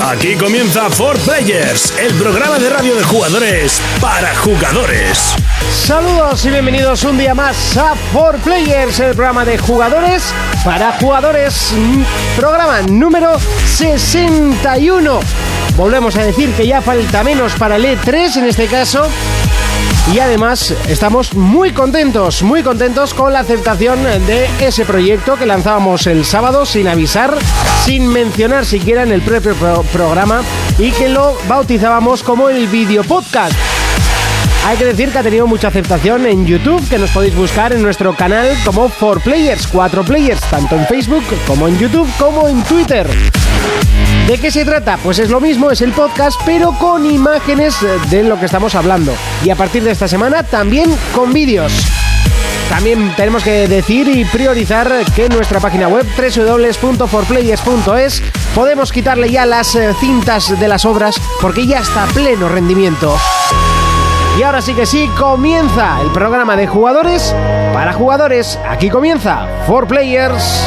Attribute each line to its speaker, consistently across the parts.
Speaker 1: Aquí comienza For Players, el programa de radio de jugadores para jugadores.
Speaker 2: Saludos y bienvenidos un día más a For Players, el programa de jugadores para jugadores. Programa número 61. Volvemos a decir que ya falta menos para el E3 en este caso. Y además estamos muy contentos, muy contentos con la aceptación de ese proyecto que lanzábamos el sábado sin avisar, sin mencionar siquiera en el propio pro- programa y que lo bautizábamos como el video podcast. Hay que decir que ha tenido mucha aceptación en YouTube, que nos podéis buscar en nuestro canal como 4Players, 4Players, tanto en Facebook como en YouTube como en Twitter. ¿De qué se trata? Pues es lo mismo, es el podcast, pero con imágenes eh, de lo que estamos hablando. Y a partir de esta semana también con vídeos. También tenemos que decir y priorizar que en nuestra página web www.forplayers.es podemos quitarle ya las eh, cintas de las obras porque ya está a pleno rendimiento. Y ahora sí que sí, comienza el programa de jugadores para jugadores. Aquí comienza 4Players.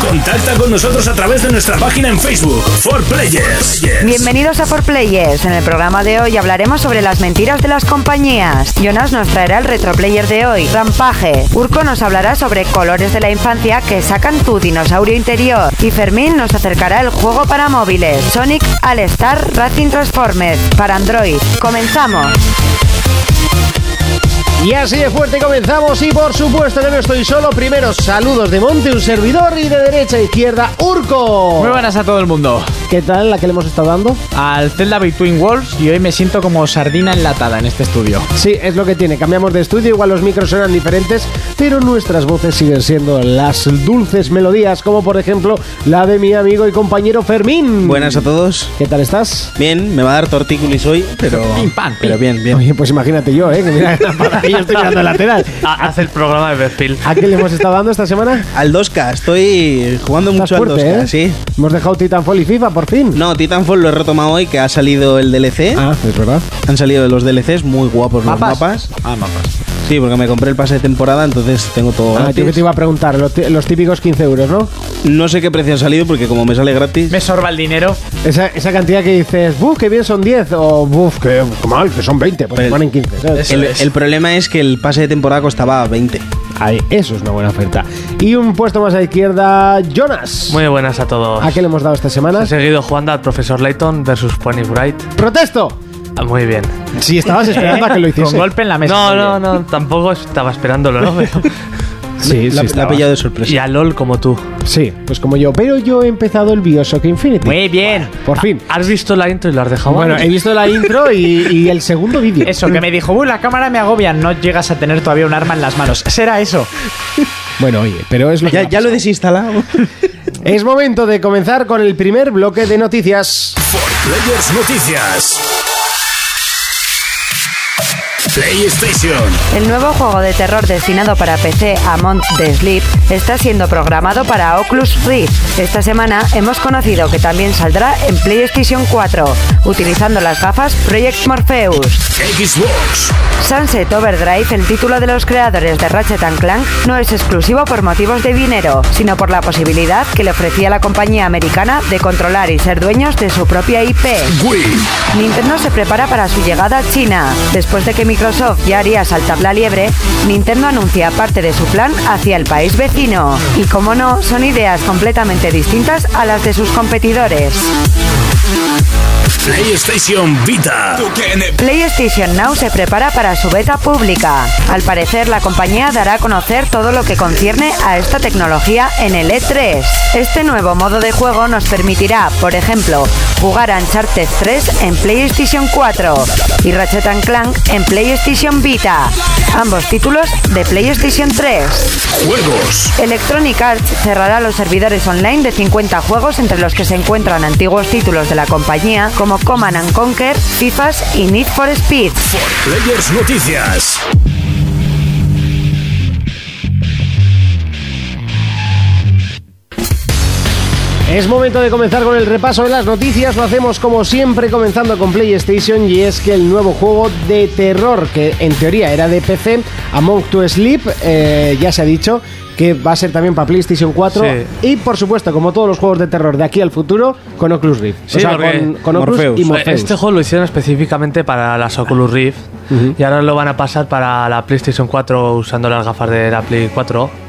Speaker 1: Contacta con nosotros a través de nuestra página en Facebook, For Players.
Speaker 3: Bienvenidos a For Players. En el programa de hoy hablaremos sobre las mentiras de las compañías. Jonas nos traerá el retroplayer de hoy, Rampaje. Urco nos hablará sobre colores de la infancia que sacan tu dinosaurio interior. Y Fermín nos acercará el juego para móviles, Sonic All Star Racing Transformers, para Android. Comenzamos.
Speaker 2: Y así de fuerte comenzamos y por supuesto que no estoy solo. Primero saludos de Monte, un servidor y de derecha a izquierda, Urco.
Speaker 4: Muy buenas a todo el mundo.
Speaker 2: ¿Qué tal la que le hemos estado dando?
Speaker 4: Al Zelda Between Worlds y hoy me siento como sardina enlatada en este estudio.
Speaker 2: Sí, es lo que tiene. Cambiamos de estudio, igual los micros eran diferentes, pero nuestras voces siguen siendo las dulces melodías, como por ejemplo la de mi amigo y compañero Fermín.
Speaker 5: Buenas a todos.
Speaker 2: ¿Qué tal estás?
Speaker 5: Bien, me va a dar tortícolis hoy, pero.
Speaker 4: Pim, pam, pim.
Speaker 5: Pero bien, bien.
Speaker 2: Oye, pues imagínate yo, ¿eh? Que mira, para que yo estoy mirando lateral.
Speaker 6: Hace Ah, el programa de perfil.
Speaker 2: ¿A qué le hemos estado dando esta semana?
Speaker 5: Al 2K, estoy jugando
Speaker 2: Estás
Speaker 5: mucho al
Speaker 2: fuerte,
Speaker 5: 2K,
Speaker 2: ¿eh?
Speaker 5: sí.
Speaker 2: Hemos dejado Titanfall y FIFA, por fin.
Speaker 5: No, Titanfall lo he retomado hoy, que ha salido el DLC.
Speaker 2: Ah, es verdad.
Speaker 5: Han salido los DLCs, muy guapos
Speaker 4: ¿Mapas?
Speaker 5: los mapas.
Speaker 4: Ah, mapas.
Speaker 5: Sí, porque me compré el pase de temporada, entonces tengo todo
Speaker 2: Ah, yo que
Speaker 5: gratis.
Speaker 2: te iba a preguntar, lo ti- los típicos 15 euros, ¿no?
Speaker 5: No sé qué precio ha salido, porque como me sale gratis.
Speaker 4: Me sorba el dinero.
Speaker 2: Esa, esa cantidad que dices, buf, que bien son 10, o buf, que mal, que son 20, pues
Speaker 5: Pero-
Speaker 2: te ponen 15. ¿sabes?
Speaker 5: El, el problema es que el pase de temporada costaba 20.
Speaker 2: Ahí, eso es una buena oferta. Y un puesto más a la izquierda, Jonas.
Speaker 6: Muy buenas a todos.
Speaker 2: ¿A qué le hemos dado esta semana?
Speaker 6: He seguido jugando al profesor Layton versus Pony Bright.
Speaker 2: ¡Protesto!
Speaker 6: Ah, Muy bien.
Speaker 2: Si estabas esperando a que lo hiciese.
Speaker 4: ¿eh? Con golpe en la mesa.
Speaker 6: No, no, no, tampoco estaba esperándolo, ¿no? Pero-
Speaker 2: Sí, sí,
Speaker 5: la, la ha
Speaker 2: estabas.
Speaker 5: pillado de
Speaker 2: Pues
Speaker 5: sorpresa.
Speaker 6: y a LOL como tú.
Speaker 2: Sí, pues como yo. Pero yo he empezado el Bioshock Infinity.
Speaker 4: Muy bien.
Speaker 2: Por fin.
Speaker 6: ¿Has visto la intro y lo has dejado?
Speaker 2: Bueno,
Speaker 6: antes?
Speaker 2: he visto la intro y, y el segundo vídeo.
Speaker 4: Eso, que me dijo, uy, la cámara me agobia, no llegas a tener todavía un arma en las manos. Será eso.
Speaker 2: Bueno, oye, pero es lo
Speaker 5: Ya,
Speaker 2: que
Speaker 5: ya lo he desinstalado.
Speaker 2: Es momento de comenzar con el primer bloque de noticias.
Speaker 1: Players Noticias. PlayStation,
Speaker 3: El nuevo juego de terror destinado para PC Among the Sleep está siendo programado para Oculus Rift. Esta semana hemos conocido que también saldrá en PlayStation 4, utilizando las gafas Project Morpheus.
Speaker 1: Xbox,
Speaker 3: Sunset Overdrive, el título de los creadores de Ratchet Clank, no es exclusivo por motivos de dinero, sino por la posibilidad que le ofrecía la compañía americana de controlar y ser dueños de su propia IP.
Speaker 1: Wii,
Speaker 3: Nintendo se prepara para su llegada a China. Después de que Microsoft ya haría saltar la liebre, Nintendo anuncia parte de su plan hacia el país vecino. Y como no, son ideas completamente distintas a las de sus competidores.
Speaker 1: PlayStation Vita,
Speaker 3: PlayStation Now se prepara para su beta pública. Al parecer, la compañía dará a conocer todo lo que concierne a esta tecnología en el E3. Este nuevo modo de juego nos permitirá, por ejemplo, jugar a Uncharted 3 en PlayStation 4 y Ratchet and Clank en PlayStation Vita, ambos títulos de PlayStation 3.
Speaker 1: Juegos,
Speaker 3: Electronic Arts cerrará los servidores online de 50 juegos entre los que se encuentran antiguos títulos de la compañía como Command and Conquer, FIFAs y Need for Speed.
Speaker 1: Players Noticias.
Speaker 2: Es momento de comenzar con el repaso de las noticias. Lo hacemos como siempre comenzando con PlayStation y es que el nuevo juego de terror que en teoría era de PC, Among to Sleep, eh, ya se ha dicho que va a ser también para PlayStation 4
Speaker 6: Sí.
Speaker 2: y por supuesto como todos los juegos de terror de aquí al futuro con Oculus Rift.
Speaker 6: Sí,
Speaker 2: o sea,
Speaker 6: porque
Speaker 2: con, con Oculus
Speaker 5: Morpheus.
Speaker 2: y
Speaker 5: Eh,
Speaker 2: Morpheus.
Speaker 6: Este juego lo hicieron específicamente para las Oculus Rift y ahora lo van a pasar para la PlayStation 4 usando las gafas de la Play 4.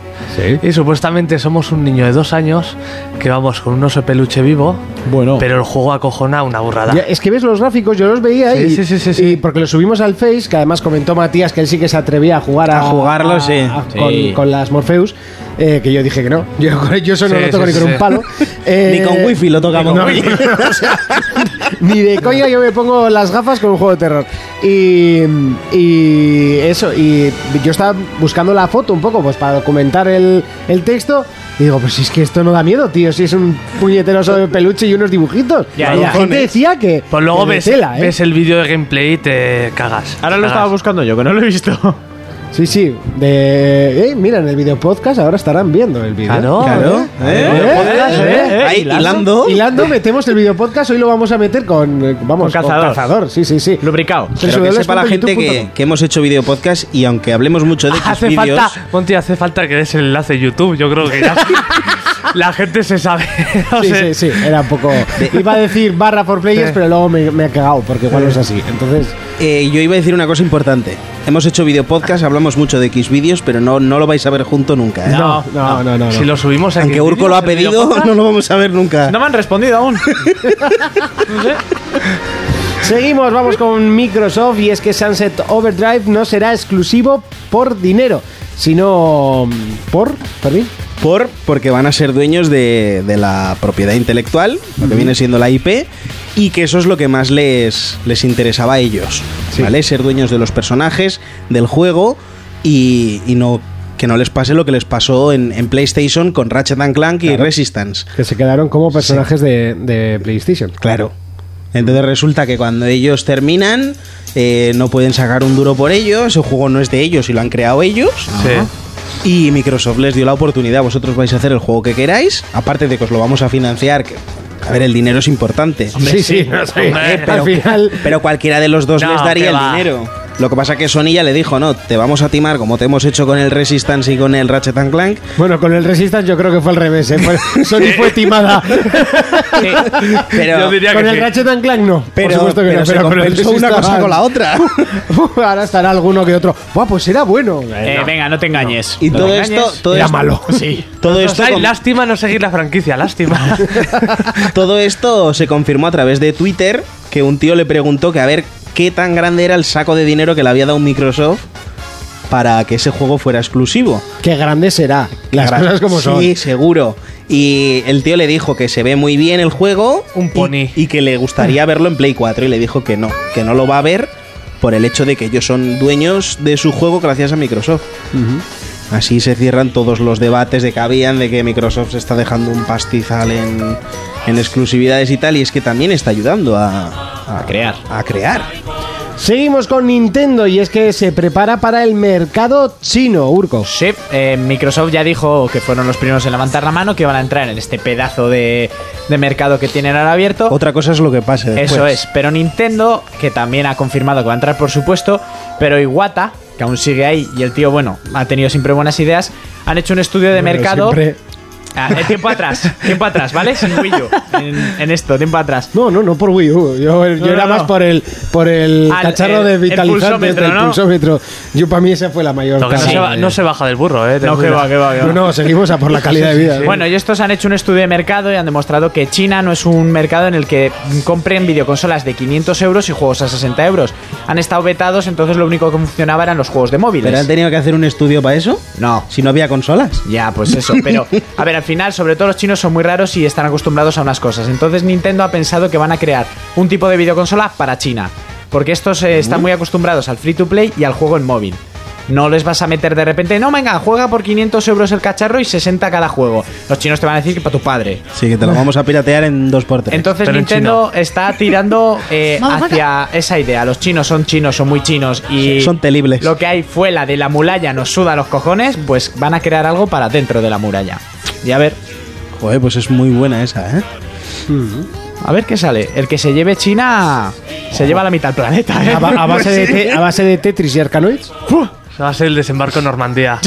Speaker 6: Y supuestamente somos un niño de dos años que vamos con un oso peluche vivo,
Speaker 5: Bueno.
Speaker 6: pero el juego acojona una burrada.
Speaker 2: Ya, es que ves los gráficos, yo los veía
Speaker 6: Sí,
Speaker 2: y,
Speaker 6: sí, sí, sí, sí.
Speaker 2: y porque los subimos al Face, que además comentó Matías que él sí que se atrevía a jugar a,
Speaker 5: A jugarlo, sí.
Speaker 2: Con,
Speaker 5: Sí.
Speaker 2: con las Morpheus, eh, que yo dije que no. Yo, yo eso no
Speaker 6: Sí,
Speaker 2: lo toco
Speaker 6: sí,
Speaker 2: ni
Speaker 6: sí,
Speaker 2: con
Speaker 6: sí.
Speaker 2: un palo. Eh,
Speaker 5: Ni con wifi lo tocamos.
Speaker 2: no,
Speaker 5: Oye.
Speaker 2: o sea, ni de coña yo me pongo las gafas con un juego de terror. Y, y eso, y yo estaba buscando la foto un poco, pues para documentar el, el texto. Y digo, pues si es que esto no da miedo, tío. Si es un puñetero oso de peluche y unos dibujitos.
Speaker 4: Ya,
Speaker 2: y la
Speaker 4: ya.
Speaker 2: gente decía que.
Speaker 6: Pues luego
Speaker 2: que de
Speaker 6: ves,
Speaker 2: tela, ¿eh?
Speaker 6: ves el vídeo de gameplay y te cagas.
Speaker 4: Ahora
Speaker 6: te
Speaker 4: lo
Speaker 6: cagas.
Speaker 4: estaba buscando yo, que no lo he visto.
Speaker 2: Sí, sí. De, eh, mira, en el video podcast ahora estarán viendo el video.
Speaker 6: Claro.
Speaker 5: Claro. ¿eh?
Speaker 2: ¿Eh?
Speaker 4: Podcast,
Speaker 2: ¿Eh?
Speaker 4: ¿eh?
Speaker 5: Ahí,
Speaker 4: hilando.
Speaker 5: hilando.
Speaker 2: Hilando, metemos el video podcast. Hoy lo vamos a meter con. eh, Vamos,
Speaker 4: Con cazador.
Speaker 2: Sí, sí, sí.
Speaker 4: Lubricado.
Speaker 5: Pero que sepa la gente que, que hemos hecho videopodcast y aunque hablemos mucho de X
Speaker 6: Hace
Speaker 5: vídeos,
Speaker 6: falta, Monty, hace falta que des el enlace de YouTube. Yo creo que ya la gente se sabe. No
Speaker 2: Sí,
Speaker 6: sé.
Speaker 2: sí, sí, era un poco... Iba a decir barra for players, pero luego me, me ha cagado, porque igual no es así. Entonces,
Speaker 5: eh, yo iba a decir una cosa importante. Hemos hecho videopodcast, hablamos mucho de X vídeos, pero no, no lo vais a ver junto nunca. ¿eh?
Speaker 2: no, no, no, no. no.
Speaker 6: Si lo subimos aquí.
Speaker 5: Aunque Urco lo ha pedido, no lo vamos a ver nunca.
Speaker 4: No me han respondido aún.
Speaker 2: Seguimos, vamos con Microsoft, y es que Sunset Overdrive no será exclusivo por dinero, sino... mm, ¿Por? ¿Perdí?
Speaker 5: Por, porque van a ser dueños de, de la propiedad intelectual, lo que viene siendo la IP, y que eso es lo que más les, les interesaba a ellos, ¿vale? Ser dueños de los personajes, del juego, y, y no que no les pase lo que les pasó en, en PlayStation con Ratchet and Clank y Resistance.
Speaker 2: Que se quedaron como personajes de, de PlayStation.
Speaker 5: Claro. Entonces resulta que cuando ellos terminan, eh, no pueden sacar un duro por ellos, ese juego no es de ellos y lo han creado ellos.
Speaker 6: Sí.
Speaker 5: Y Microsoft les dio la oportunidad, vosotros vais a hacer el juego que queráis, aparte de que os lo vamos a financiar, que a ver, el dinero es importante.
Speaker 2: Sí, sí, Eh, no sé.
Speaker 6: hombre,
Speaker 2: Al
Speaker 5: pero,
Speaker 2: final...
Speaker 5: pero cualquiera de los dos
Speaker 6: No,
Speaker 5: les
Speaker 6: que
Speaker 5: daría el
Speaker 6: va.
Speaker 5: dinero. Lo que pasa que Sony ya le dijo, no, te vamos a timar como te hemos hecho con el Resistance y con el Ratchet and Clank.
Speaker 2: Bueno, con el Resistance yo creo que fue al revés, ¿eh? Fue- Sony fue timada.
Speaker 5: Pero,
Speaker 6: Yo diría
Speaker 2: con
Speaker 6: que
Speaker 2: el
Speaker 6: sí.
Speaker 2: Ratchet and Clank no.
Speaker 5: pero,
Speaker 2: por supuesto que
Speaker 5: pero
Speaker 2: no,
Speaker 5: se
Speaker 2: pero con el
Speaker 5: compensó una
Speaker 2: Resistance-
Speaker 5: cosa con la otra.
Speaker 2: Ahora estará alguno que otro. Buah, pues era bueno.
Speaker 4: Eh, Venga, no te engañes.
Speaker 5: Y
Speaker 4: No
Speaker 5: todo
Speaker 4: te
Speaker 5: esto,
Speaker 4: engañes.
Speaker 5: todo
Speaker 2: era
Speaker 5: esto-
Speaker 2: malo, sí.
Speaker 5: todo
Speaker 6: Ay,
Speaker 5: esto con-
Speaker 6: lástima no seguir la franquicia, lástima.
Speaker 5: Todo esto se confirmó a través de Twitter, que un tío le preguntó que a ver qué tan grande era el saco de dinero que le había dado Microsoft para que ese juego fuera exclusivo.
Speaker 2: Qué grande será. Las cosas como
Speaker 5: sí,
Speaker 2: son.
Speaker 5: seguro. Y el tío le dijo que se ve muy bien el juego.
Speaker 6: Un
Speaker 5: y-
Speaker 6: pony.
Speaker 5: Y, que le gustaría verlo en Play 4. Y le dijo que no, que no lo va a ver por el hecho de que ellos son dueños de su juego gracias a Microsoft. Así se cierran todos los debates de que habían de que Microsoft se está dejando un pastizal en, en exclusividades y tal. Y es que también está ayudando a, a
Speaker 4: crear.
Speaker 5: A crear.
Speaker 2: Seguimos con Nintendo y es que se prepara para el mercado chino, Urco.
Speaker 4: Sí, eh, Microsoft ya dijo que fueron los primeros en levantar la mano, que van a entrar en este pedazo de, de mercado que tienen ahora abierto.
Speaker 5: Otra cosa es lo que pase después.
Speaker 4: Eso es, pero Nintendo, que también ha confirmado que va a entrar por supuesto, pero Iwata, que aún sigue ahí, y el tío, bueno, ha tenido siempre buenas ideas, han hecho un estudio de mercado...
Speaker 2: siempre.
Speaker 4: Ah, eh, tiempo atrás, tiempo atrás, ¿vale? Sin Wii U, en, en esto, tiempo atrás.
Speaker 2: No, no, no por Wii U. Yo, yo
Speaker 4: no,
Speaker 2: era
Speaker 4: no.
Speaker 2: más por el por el
Speaker 4: Al-
Speaker 2: cacharro
Speaker 4: el-
Speaker 2: de
Speaker 4: el
Speaker 2: vitalizante,
Speaker 4: pulsómetro,
Speaker 2: el
Speaker 4: ¿no?
Speaker 2: pulsómetro. Yo para mí esa fue la mayor.
Speaker 6: Lo que no,
Speaker 2: cagada
Speaker 6: se va-
Speaker 2: de-
Speaker 6: no se baja del burro, eh. ten
Speaker 4: No, que
Speaker 6: cuidado.
Speaker 4: va, que va, que va.
Speaker 2: No, no, seguimos a por la calidad de vida. ¿eh? ¿no?
Speaker 4: Bueno, y estos han hecho un estudio de mercado y han demostrado que China no es un mercado en el que compren videoconsolas de 500 euros y juegos a 60 euros. Han estado vetados, entonces lo único que funcionaba eran los juegos de móviles.
Speaker 5: ¿Pero han tenido que hacer un estudio para eso?
Speaker 4: No.
Speaker 5: Si no había consolas.
Speaker 4: Ya, pues eso, pero a ver, al final, sobre todo los chinos son muy raros y están acostumbrados a unas cosas. Entonces Nintendo ha pensado que van a crear un tipo de videoconsola para China, porque estos eh, están muy acostumbrados al free to play y al juego en móvil. No les vas a meter de repente, no, venga, juega por 500 euros el cacharro y 60 cada juego. Los chinos te van a decir que para tu padre.
Speaker 5: Sí, que te lo vamos a piratear en 2x3.
Speaker 4: Entonces
Speaker 6: Pero en
Speaker 4: Nintendo está tirando eh, hacia esa idea. Los chinos son chinos, son muy chinos y
Speaker 5: Son telibles.
Speaker 4: Lo que hay fuera de la muralla nos suda los cojones, pues van a crear algo para dentro de la muralla. Y a ver,
Speaker 5: Joder, pues es muy buena esa, ¿eh?
Speaker 4: A ver qué sale. El que se lleve China se lleva la mitad del planeta. ¿eh?
Speaker 2: A, ba- a base, de te- a base de Tetris y Arcanoids.
Speaker 6: Eso va a ser el desembarco en Normandía.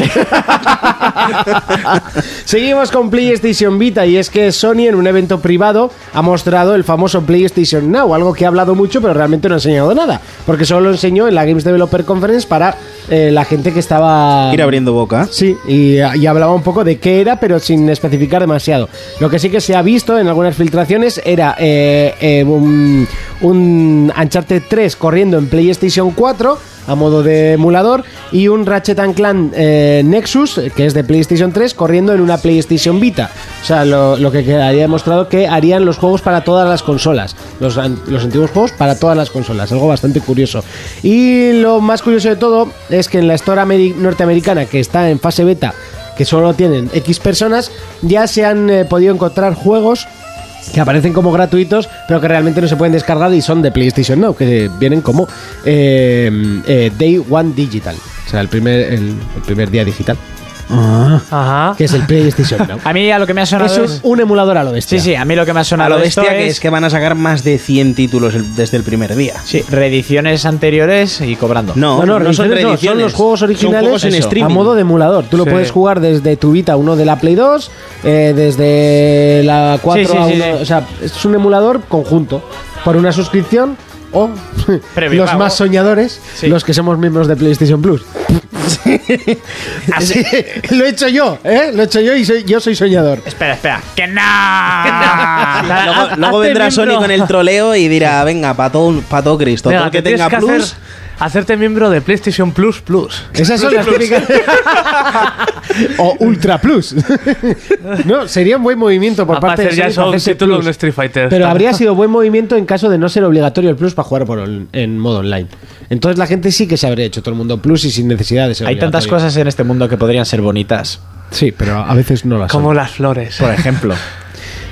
Speaker 2: Seguimos con PlayStation Vita y es que Sony en un evento privado ha mostrado el famoso PlayStation Now, algo que ha hablado mucho pero realmente no ha enseñado nada, porque solo lo enseñó en la Games Developer Conference para eh, la gente que estaba...
Speaker 5: Ir abriendo boca.
Speaker 2: Sí, y, y hablaba un poco de qué era, pero sin especificar demasiado. Lo que sí que se ha visto en algunas filtraciones era eh, eh, un, un Uncharted 3 corriendo en PlayStation 4 a modo de emulador y un Ratchet and Clank eh, Nexus, que es de PlayStation 3, corriendo en una PlayStation Vita. O sea, lo, lo que quedaría demostrado que harían los juegos para todas las consolas. Los, an- los antiguos juegos para todas las consolas. Algo bastante curioso. Y lo más curioso de todo es que en la Store ameri- norteamericana, que está en fase beta, que solo tienen X personas, ya se han eh, podido encontrar juegos que aparecen como gratuitos, pero que realmente no se pueden descargar y son de PlayStation Now, que vienen como eh, eh, Day One Digital. O sea, el primer, el, el primer día digital,
Speaker 6: Ajá.
Speaker 2: que es el PlayStation Now.
Speaker 4: A mí a lo que me ha sonado
Speaker 2: es
Speaker 4: es...
Speaker 2: un, un emulador a lo
Speaker 4: Sí,
Speaker 2: bestia.
Speaker 4: sí, a mí lo que me ha
Speaker 5: A
Speaker 4: sonado
Speaker 5: lo
Speaker 4: esto
Speaker 5: bestia que
Speaker 4: es...
Speaker 5: es que van a sacar más de 100 títulos el- desde el primer día.
Speaker 4: Sí, reediciones anteriores y cobrando.
Speaker 5: No,
Speaker 2: No, no,
Speaker 5: no
Speaker 2: reediciones
Speaker 5: son
Speaker 2: no,
Speaker 5: reediciones.
Speaker 2: son los juegos
Speaker 5: Son
Speaker 2: originales
Speaker 5: juegos en
Speaker 2: eso,
Speaker 5: streaming.
Speaker 2: a modo de emulador. Tú lo
Speaker 6: Sí.
Speaker 2: puedes jugar desde tu Vita, uno de la Play 2, eh, desde la 4
Speaker 4: Sí, sí,
Speaker 2: a
Speaker 4: sí,
Speaker 2: uno-
Speaker 4: sí.
Speaker 2: O sea, es un emulador conjunto. Por una suscripción o
Speaker 4: Previo
Speaker 2: los
Speaker 4: pago.
Speaker 2: más soñadores,
Speaker 4: Sí.
Speaker 2: los que somos miembros de PlayStation Plus. Así lo he hecho yo, ¿eh? Lo he hecho yo y soy- yo soy soñador.
Speaker 4: Espera, espera. ¡Que no!
Speaker 5: Luego, luego
Speaker 6: Ah, hazte
Speaker 5: vendrá
Speaker 6: miembro.
Speaker 5: Sony con el troleo y dirá, venga, pa' todo, pa todo Cristo.
Speaker 6: Venga,
Speaker 5: todo el que
Speaker 6: te tienes
Speaker 5: tenga
Speaker 6: que
Speaker 5: plus...
Speaker 6: hacer- hacerte miembro de PlayStation Plus Plus.
Speaker 2: Esas son las típicas. o Ultra Plus. no, sería un buen movimiento por
Speaker 6: Va a
Speaker 2: parte de
Speaker 6: ser ya
Speaker 2: Sony
Speaker 6: eso un
Speaker 2: hacerse
Speaker 6: título
Speaker 2: Plus.
Speaker 6: en Street Fighter.
Speaker 2: Pero
Speaker 6: Está-
Speaker 2: habría sido buen movimiento en caso de no ser obligatorio el Plus para jugar por on- en modo online. Entonces la gente sí que se habría hecho todo el mundo Plus y sin necesidad de ser
Speaker 4: Hay tantas
Speaker 2: obligatorio.
Speaker 4: cosas en este mundo que podrían ser bonitas.
Speaker 2: Sí, pero a veces no las son.
Speaker 6: Como las flores.
Speaker 4: Por ejemplo.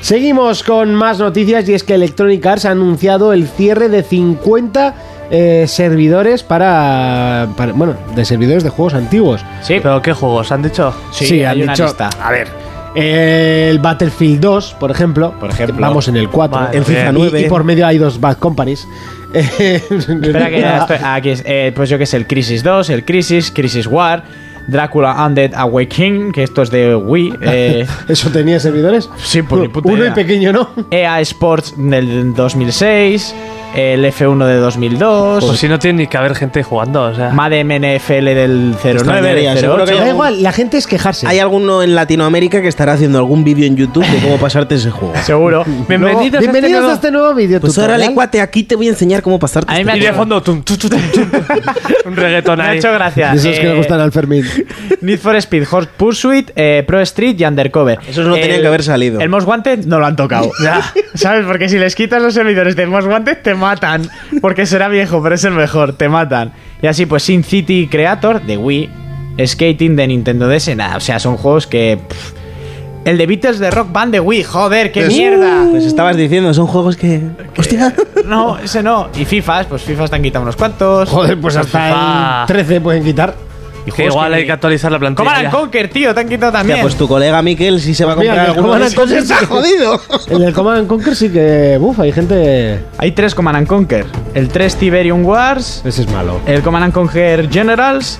Speaker 2: Seguimos con más noticias y es que Electronic Arts ha anunciado el cierre de 50 eh, servidores para, para- Bueno, de servidores de juegos antiguos.
Speaker 4: Sí,
Speaker 6: ¿Pero qué juegos han dicho?
Speaker 4: sí,
Speaker 2: sí,
Speaker 4: hay
Speaker 2: han
Speaker 4: una
Speaker 2: dicho-
Speaker 4: lista. A ver.
Speaker 2: El Battlefield 2, por ejemplo.
Speaker 4: Por ejemplo.
Speaker 2: Vamos en el 4.
Speaker 6: Vale,
Speaker 5: El FIFA
Speaker 6: bien.
Speaker 2: Y-
Speaker 5: 9.
Speaker 2: Y, por medio hay dos Bad Companies. Espera
Speaker 4: Espera que
Speaker 2: Ah.
Speaker 4: ya estoy. Aquí es. eh, pues yo qué sé, el Crisis 2, el Crisis, Crisis War, Drácula Undead Awakening, que esto es de Wii. eh,
Speaker 2: ¿Eso tenía servidores?
Speaker 4: Sí, pues ni puta
Speaker 2: Uno y
Speaker 4: idea.
Speaker 2: pequeño, ¿no?
Speaker 4: EA E Sports del 2006, el F1 de 2002,
Speaker 6: Pues si no tiene ni que haber gente jugando, o sea.
Speaker 4: MAD MNFL del 09,
Speaker 5: extrañaría,
Speaker 4: del
Speaker 5: seguro
Speaker 4: 08.
Speaker 5: que hay
Speaker 2: Da
Speaker 5: algún-
Speaker 2: igual, la gente es quejarse.
Speaker 5: Hay alguno en Latinoamérica que estará haciendo algún vídeo en YouTube de cómo pasarte ese juego.
Speaker 4: Seguro.
Speaker 6: Bienvenidos, a este
Speaker 2: Bienvenidos a
Speaker 6: nuevo-
Speaker 2: este nuevo vídeo.
Speaker 5: Pues ahora, le cuate, aquí te voy a enseñar cómo pasarte
Speaker 4: A mí
Speaker 5: este
Speaker 4: me ha-
Speaker 6: Y de fondo, tum, tu, tu, tum, tum. un reggaetón
Speaker 4: Me ha
Speaker 6: ahí.
Speaker 4: hecho gracia.
Speaker 2: De esos que
Speaker 4: eh,
Speaker 2: le gustan al Fermín.
Speaker 4: Need for Speed, Horse Pursuit, eh, Pro Street y Undercover.
Speaker 5: Esos no tenían que haber salido.
Speaker 4: El Most Wanted no lo han tocado. ¿Sabes? Porque si les quitas los servidores del Most Wanted, te matan. Porque será viejo, pero es el mejor. Te matan. Y así, pues Sin City Creator de Wii, Skating de Nintendo DS. Nada, o sea, son juegos que. pff. el de Beatles de Rock Band de Wii, joder, qué mierda.
Speaker 5: Pues estabas diciendo, son juegos que... Hostia.
Speaker 4: No, ese no. Y FIFAs, pues FIFAs te han quitado unos cuantos.
Speaker 2: Joder, pues hasta
Speaker 6: FIFA.
Speaker 2: el 13 pueden quitar.
Speaker 4: Y
Speaker 6: Que
Speaker 4: juegos
Speaker 6: igual
Speaker 4: que
Speaker 6: hay
Speaker 4: ni-
Speaker 6: que actualizar la plantilla.
Speaker 4: Command and Conquer, tío, te han quitado también.
Speaker 5: Hostia, pues tu colega Miquel sí se va a comprar
Speaker 2: Mira, el
Speaker 5: alguno de
Speaker 2: Command and
Speaker 5: esos.
Speaker 2: Conquer sí que- En el Command and Conquer sí que. Buf, hay gente.
Speaker 4: Hay tres Command and Conquer. El 3 Tiberium Wars,
Speaker 2: Ese es malo.
Speaker 4: el Command and Conquer Generals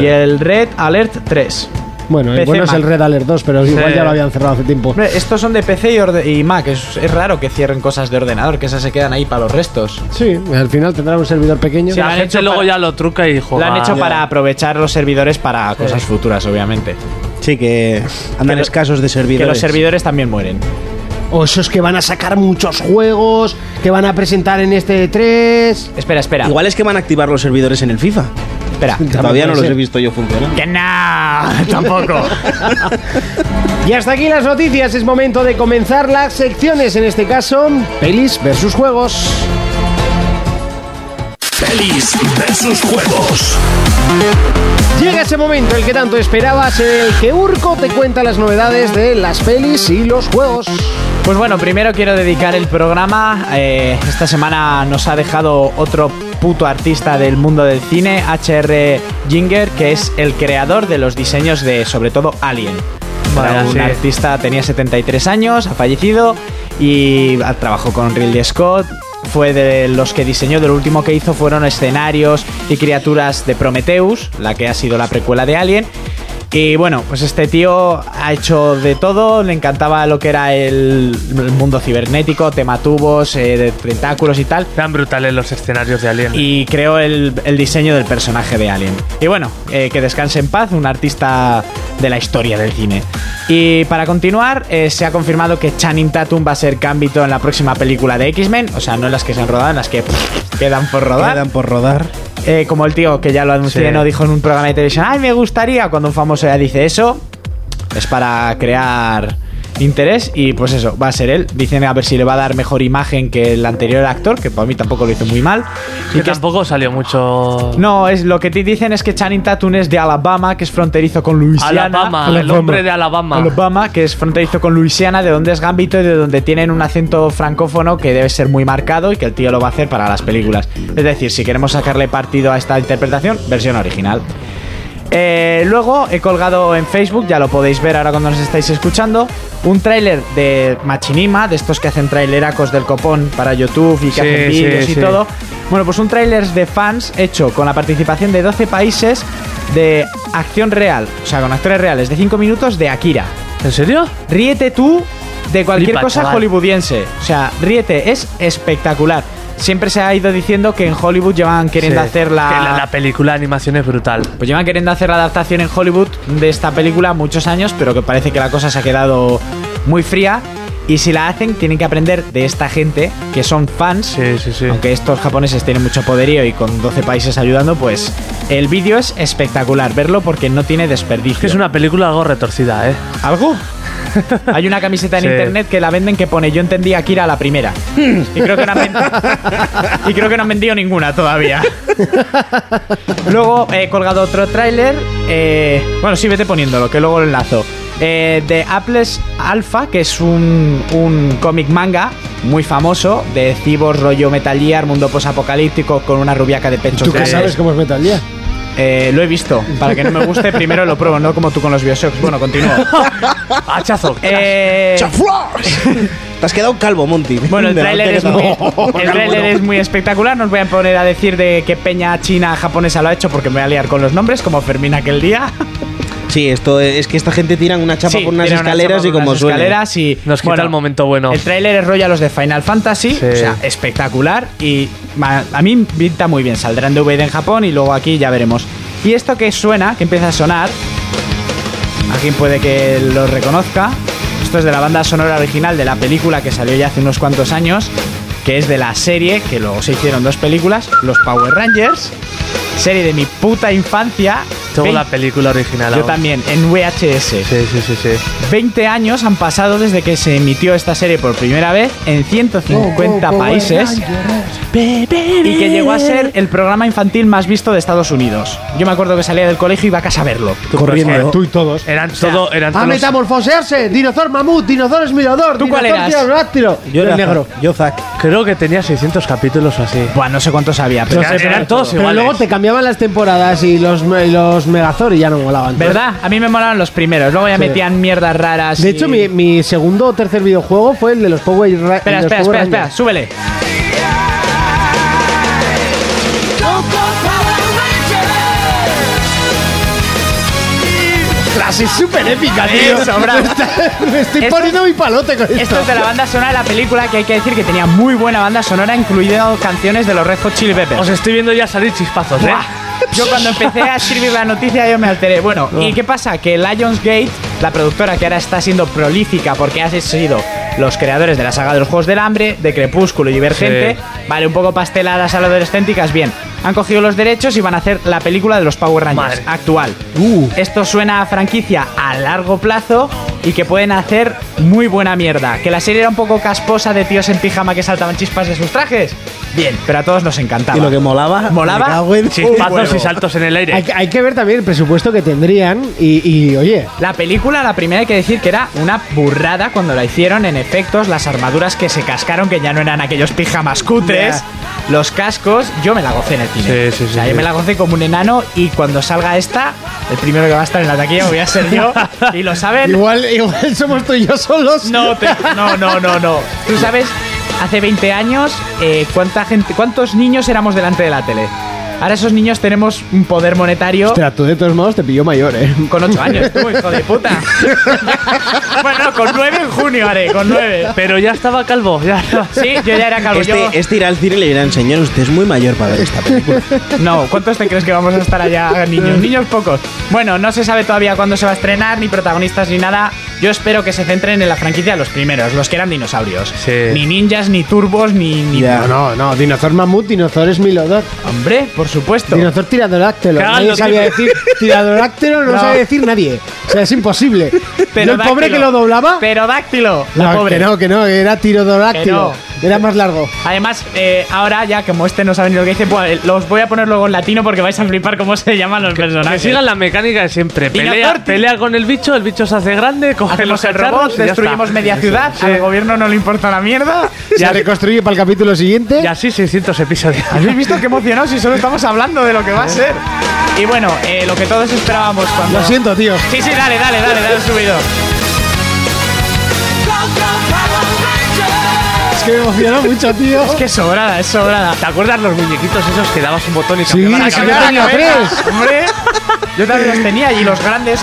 Speaker 4: y el Red Alert 3.
Speaker 2: Bueno, el
Speaker 4: PC
Speaker 2: bueno es
Speaker 4: Mac.
Speaker 2: el Red Alert 2, pero igual
Speaker 6: Sí.
Speaker 2: ya lo habían cerrado hace tiempo.
Speaker 4: Hombre, Estos son de PC y, orde- y Mac. Es, es raro que cierren cosas de ordenador, que esas se quedan ahí para los restos.
Speaker 2: Sí, al final tendrán un servidor pequeño.
Speaker 4: Sí,
Speaker 6: La
Speaker 4: han
Speaker 6: gente
Speaker 4: hecho
Speaker 6: luego
Speaker 4: para-
Speaker 6: ya lo truca y
Speaker 4: Lo
Speaker 5: Pues
Speaker 6: juega.
Speaker 4: han hecho para aprovechar los servidores para cosas futuras, obviamente.
Speaker 5: Sí, que andan
Speaker 4: Que lo-
Speaker 5: escasos de servidores.
Speaker 4: Que los servidores también mueren.
Speaker 2: O esos que van a sacar muchos juegos, que van a presentar en este 3.
Speaker 4: Espera, espera.
Speaker 5: Igual es que van a activar los servidores en el FIFA.
Speaker 4: Espera.
Speaker 5: Que todavía no
Speaker 2: puede
Speaker 5: los
Speaker 2: ser.
Speaker 5: he visto yo funcionar.
Speaker 4: Que no, tampoco.
Speaker 2: Y hasta aquí las noticias, es momento de comenzar las secciones, en este caso, pelis versus juegos.
Speaker 1: Pelis versus juegos.
Speaker 2: Llega ese momento, el que tanto esperabas, en el que Urco te cuenta las novedades de las pelis y los juegos.
Speaker 4: Pues bueno, primero quiero dedicar el programa. eh, esta semana nos ha dejado otro puto artista del mundo del cine, HR Ginger, que es el creador de los diseños de sobre todo Alien.
Speaker 6: Vaya,
Speaker 4: Era un
Speaker 6: sí.
Speaker 4: artista, tenía 73 años, ha fallecido y ah, trabajó con Ridley Scott. Fue de los que diseñó, de lo último que hizo fueron escenarios y criaturas de Prometheus, la que ha sido la precuela de Alien. Y bueno, pues este tío ha hecho de todo, le encantaba lo que era el, el mundo cibernético, tema tubos, eh, de tentáculos y tal
Speaker 6: Eran brutales los escenarios de Alien.
Speaker 4: y creó el, el diseño del personaje de Alien. Y bueno, eh, que descanse en paz, un artista de la historia del cine. Y para continuar, eh, se ha confirmado que Channing Tatum va a ser Gambito en la próxima película de X-Men, o sea, no en las que se han rodado, en las que pff, quedan por rodar.
Speaker 5: Quedan por rodar.
Speaker 4: Eh, como el tío que ya lo anunció
Speaker 6: Sí.
Speaker 4: no dijo en un programa de televisión, ay, me gustaría, cuando un famoso ya dice eso, es para crear interés y pues eso, va a ser él. Dicen a ver si le va a dar mejor imagen que el anterior actor, que para mí tampoco lo hizo muy mal.
Speaker 6: que tampoco salió mucho.
Speaker 4: No, es lo que te dicen es que Channing Tatum es de Alabama, que es fronterizo con Luisiana.
Speaker 6: Alabama, el hombre de Alabama.
Speaker 4: Alabama, que es fronterizo con Luisiana, de donde es Gambito y de donde tienen un acento francófono que debe ser muy marcado y que el tío lo va a hacer para las películas. Es decir, si queremos sacarle partido a esta interpretación, versión original. Eh, luego he colgado en Facebook, ya lo podéis ver ahora cuando nos estáis escuchando, un tráiler de Machinima, de estos que hacen traileracos del copón para YouTube y que
Speaker 6: Sí,
Speaker 4: hacen
Speaker 6: sí,
Speaker 4: vídeos y
Speaker 6: sí.
Speaker 4: todo. Bueno, pues un tráiler de fans hecho con la participación de 12 países de acción real, o sea, con actores reales de 5 minutos de Akira.
Speaker 6: ¿En serio?
Speaker 4: Ríete tú de cualquier
Speaker 6: Flipa,
Speaker 4: cosa
Speaker 6: chaval.
Speaker 4: hollywoodiense. O sea, ríete, es espectacular. Siempre se ha ido diciendo que en Hollywood llevan queriendo
Speaker 6: Sí.
Speaker 4: hacer
Speaker 6: Que la, la película de animación es brutal.
Speaker 4: pues llevan queriendo hacer la adaptación en Hollywood de esta película muchos años, pero que parece que la cosa se ha quedado muy fría. Y si la hacen, tienen que aprender de esta gente, que son fans.
Speaker 6: Sí, sí, sí.
Speaker 4: Aunque estos japoneses tienen mucho poderío y con 12 países ayudando, pues el vídeo es espectacular verlo porque no tiene desperdicio.
Speaker 6: Es que es una película algo retorcida, ¿eh?
Speaker 4: ¿Algo? Hay una camiseta en
Speaker 6: Sí.
Speaker 4: internet que la venden que pone yo entendí a Akira a la primera. Y creo que no han, ven- y creo que no han vendido ninguna todavía. Luego he colgado otro tráiler. eh, bueno, sí, vete poniéndolo, que luego lo enlazo. Eh, de Apples Alpha, que es un, un cómic manga muy famoso, de cibos, rollo Metal Gear, mundo posapocalíptico, con una rubiaca de pechos
Speaker 2: ¿Tú qué
Speaker 4: grandes.
Speaker 2: sabes cómo es Metal Gear?
Speaker 4: Eh, lo he visto. Para que no me guste, primero lo pruebo, no como tú con los Bioshocks. Bueno, continúo.
Speaker 6: ¡Hachazo!
Speaker 4: Eh,
Speaker 5: Te has quedado calvo, Monty.
Speaker 4: bueno, el
Speaker 5: De la
Speaker 4: tráiler es,
Speaker 5: hostia
Speaker 4: muy,
Speaker 5: que te ha dado.
Speaker 4: el tráiler es muy espectacular. No os voy a poner a decir de qué peña china japonesa lo ha hecho porque me voy a liar con los nombres, como Fermín aquel día.
Speaker 5: Sí, esto es, es que esta gente tiran una chapa
Speaker 4: Sí,
Speaker 5: por unas
Speaker 4: tiene una
Speaker 5: escaleras
Speaker 4: chapa
Speaker 5: y
Speaker 4: por
Speaker 5: como
Speaker 4: unas
Speaker 5: suele.
Speaker 4: escaleras y,
Speaker 6: Nos quita el momento bueno.
Speaker 4: El tráiler es rollo a los de Final Fantasy,
Speaker 6: Sí.
Speaker 4: o sea, espectacular y ma- a mí pinta muy bien. Saldrán de VD en Japón y luego aquí ya veremos. Y esto que suena, que empieza a sonar, alguien puede que lo reconozca. Esto es de la banda sonora original de la película que salió ya hace unos cuantos años, que es de la serie que luego se hicieron dos películas, los Power Rangers, serie de mi puta infancia.
Speaker 6: Tengo
Speaker 4: Vein-
Speaker 6: la película original.
Speaker 4: yo
Speaker 6: aún.
Speaker 4: también, en VHS.
Speaker 6: Sí, sí, sí, sí.
Speaker 4: 20 años han pasado desde que se emitió esta serie por primera vez en 150
Speaker 2: Oh,
Speaker 4: países y que llegó a ser el programa infantil más visto de Estados Unidos. Yo me acuerdo que salía del colegio y iba a casa a verlo.
Speaker 6: ¿Tú
Speaker 5: Corriendo.
Speaker 4: eh,
Speaker 6: crees que-
Speaker 2: Tú y todos.
Speaker 6: Eran todo,
Speaker 4: ah,
Speaker 6: eran
Speaker 2: ¡A
Speaker 6: todos-
Speaker 2: metamorfosearse! ¡Dinosaur mamut! ¡Dinosaur esmirador!
Speaker 4: ¿Tú cuál
Speaker 2: dinosaur
Speaker 4: eras?
Speaker 2: pterodáctilo.
Speaker 5: Yo
Speaker 2: el
Speaker 5: era
Speaker 2: negro.
Speaker 5: Zack, Yo, Zack.
Speaker 6: Creo que tenía 600 capítulos o así.
Speaker 4: Buah, no sé cuántos había, pero...
Speaker 6: No sé, eran todos
Speaker 2: Pero
Speaker 6: iguales.
Speaker 2: luego te cambiaban las temporadas y los, y los Megazord y ya no molaban.
Speaker 4: ¿Verdad? A mí me molaron los primeros, luego ya
Speaker 2: Sí.
Speaker 4: metían mierdas raras.
Speaker 2: De
Speaker 4: y-
Speaker 2: hecho, mi, mi segundo o tercer videojuego fue el de los Power Rangers.
Speaker 4: Espera, espera, espera, espera, súbele.
Speaker 2: Frase súper épica, tío.
Speaker 4: Eh, sobrado.
Speaker 2: Me está- Me estoy
Speaker 4: Esto-
Speaker 2: poniendo mi palote con esto.
Speaker 4: Esto es de la banda sonora de la película que hay que decir que tenía muy buena banda sonora, incluyendo canciones de los Red Hot Chili Peppers.
Speaker 6: Os estoy viendo ya salir chispazos, ¿eh?
Speaker 4: Buah. Yo cuando empecé a escribir la noticia yo me alteré. Bueno,
Speaker 5: Ah.
Speaker 4: ¿y qué pasa? Que Lionsgate, la productora que ahora está siendo prolífica porque ha sido los creadores de la saga de los Juegos del Hambre, de Crepúsculo y Divergente, vale, un poco pasteladas a lo adolescénticas, bien. Han cogido los derechos y van a hacer la película de los Power Rangers
Speaker 6: Madre.
Speaker 4: actual.
Speaker 5: Uh.
Speaker 4: Esto suena a franquicia a largo plazo y que pueden hacer muy buena mierda. Que la serie era un poco casposa de tíos en pijama que saltaban chispas de sus trajes. Bien, pero a todos nos encantaba.
Speaker 5: Y lo que molaba.
Speaker 4: Molaba.
Speaker 5: me cago en-
Speaker 6: Chispazos
Speaker 4: huevo.
Speaker 6: y saltos en el aire.
Speaker 2: Hay, que- hay que ver también el presupuesto que tendrían y, y, oye,
Speaker 4: La película, la primera hay que decir que era una burrada cuando la hicieron en efectos, las armaduras que se cascaron, que ya no eran aquellos pijamas cutres. los cascos, yo me la gocé en el cine.
Speaker 6: Sí, sí, sí,
Speaker 4: O sea,
Speaker 6: sí.
Speaker 4: yo me la gocé como un enano y cuando salga esta, el primero que va a estar en la taquilla voy a ser yo. Y lo saben.
Speaker 2: Igual, igual somos tú y yo solos.
Speaker 4: No, te- no, no, no, no. Tú sabes, hace 20 años, eh, ¿cuánta gente, ¿cuántos niños éramos delante de la tele? Ahora esos niños tenemos un poder monetario
Speaker 2: Ostras, tú de todos modos te pilló mayor, ¿eh?
Speaker 4: con 8 años, tú, hijo de puta. bueno, con 9 en junio haré, con 9.
Speaker 6: Pero ya estaba calvo, ya estaba-
Speaker 4: Sí, yo ya era calvo.
Speaker 5: Este,
Speaker 4: yo-
Speaker 5: este irá al cine y le dirán, señor, usted es muy mayor para ver esta película.
Speaker 4: No, ¿cuántos te crees que vamos a estar allá, niños? Niños pocos. Bueno, no se sabe todavía cuándo se va a estrenar, ni protagonistas ni nada. Yo espero que se centren en la franquicia de los primeros, los que eran dinosaurios.
Speaker 6: Sí.
Speaker 4: Ni ninjas, ni turbos, ni... ni-
Speaker 5: Ya.
Speaker 2: No, no, no. Dinosaur mamut, dinosaur es milodor.
Speaker 4: Hombre, por supuesto.
Speaker 2: Dinosaur tiradoráctero.
Speaker 6: Claro,
Speaker 2: nadie
Speaker 6: lo
Speaker 2: sabía
Speaker 6: que-
Speaker 2: decir. Tiradoráctero no,
Speaker 4: No.
Speaker 2: sabe decir nadie. O sea, es imposible. Yo el pobre
Speaker 4: dáctilo.
Speaker 2: que lo doblaba.
Speaker 4: Pero dáctilo, la
Speaker 2: No,
Speaker 4: pobre.
Speaker 2: que no, que no, era tirodoráctilo. Era más largo.
Speaker 4: Además, eh, ahora ya como este no sabe ni lo que dice, pues, eh, los voy a poner luego en latino porque vais a flipar cómo se llaman los
Speaker 6: Que
Speaker 4: personajes.
Speaker 6: sigan la mecánica de siempre. Pelea,
Speaker 4: Dinotorti.
Speaker 6: pelea con el bicho, el bicho se hace grande, coge los
Speaker 4: Hacemos el
Speaker 6: cacharros
Speaker 4: robot,
Speaker 6: y ya
Speaker 4: destruyemos
Speaker 6: está.
Speaker 4: media ciudad,
Speaker 6: Sí.
Speaker 4: al gobierno no le importa una mierda.
Speaker 2: Se reconstruye para el capítulo siguiente.
Speaker 6: Y así 600 episodios.
Speaker 4: ¿Habéis visto qué emocionados si solo estamos hablando de lo que va a ser? Y bueno, eh, lo que todos esperábamos cuando...
Speaker 2: Lo siento, tío.
Speaker 4: Sí, sí, dale, dale, dale, dale el subido.
Speaker 2: Es que me emociona mucho, tío.
Speaker 4: Es que es sobrada, es sobrada.
Speaker 6: ¿Te acuerdas los muñequitos esos que dabas un botón y
Speaker 2: Sí,
Speaker 6: cambiaban la
Speaker 2: sí,
Speaker 6: cabeza?
Speaker 2: yo tenía
Speaker 4: tres. Hombre, yo también los tenía y los grandes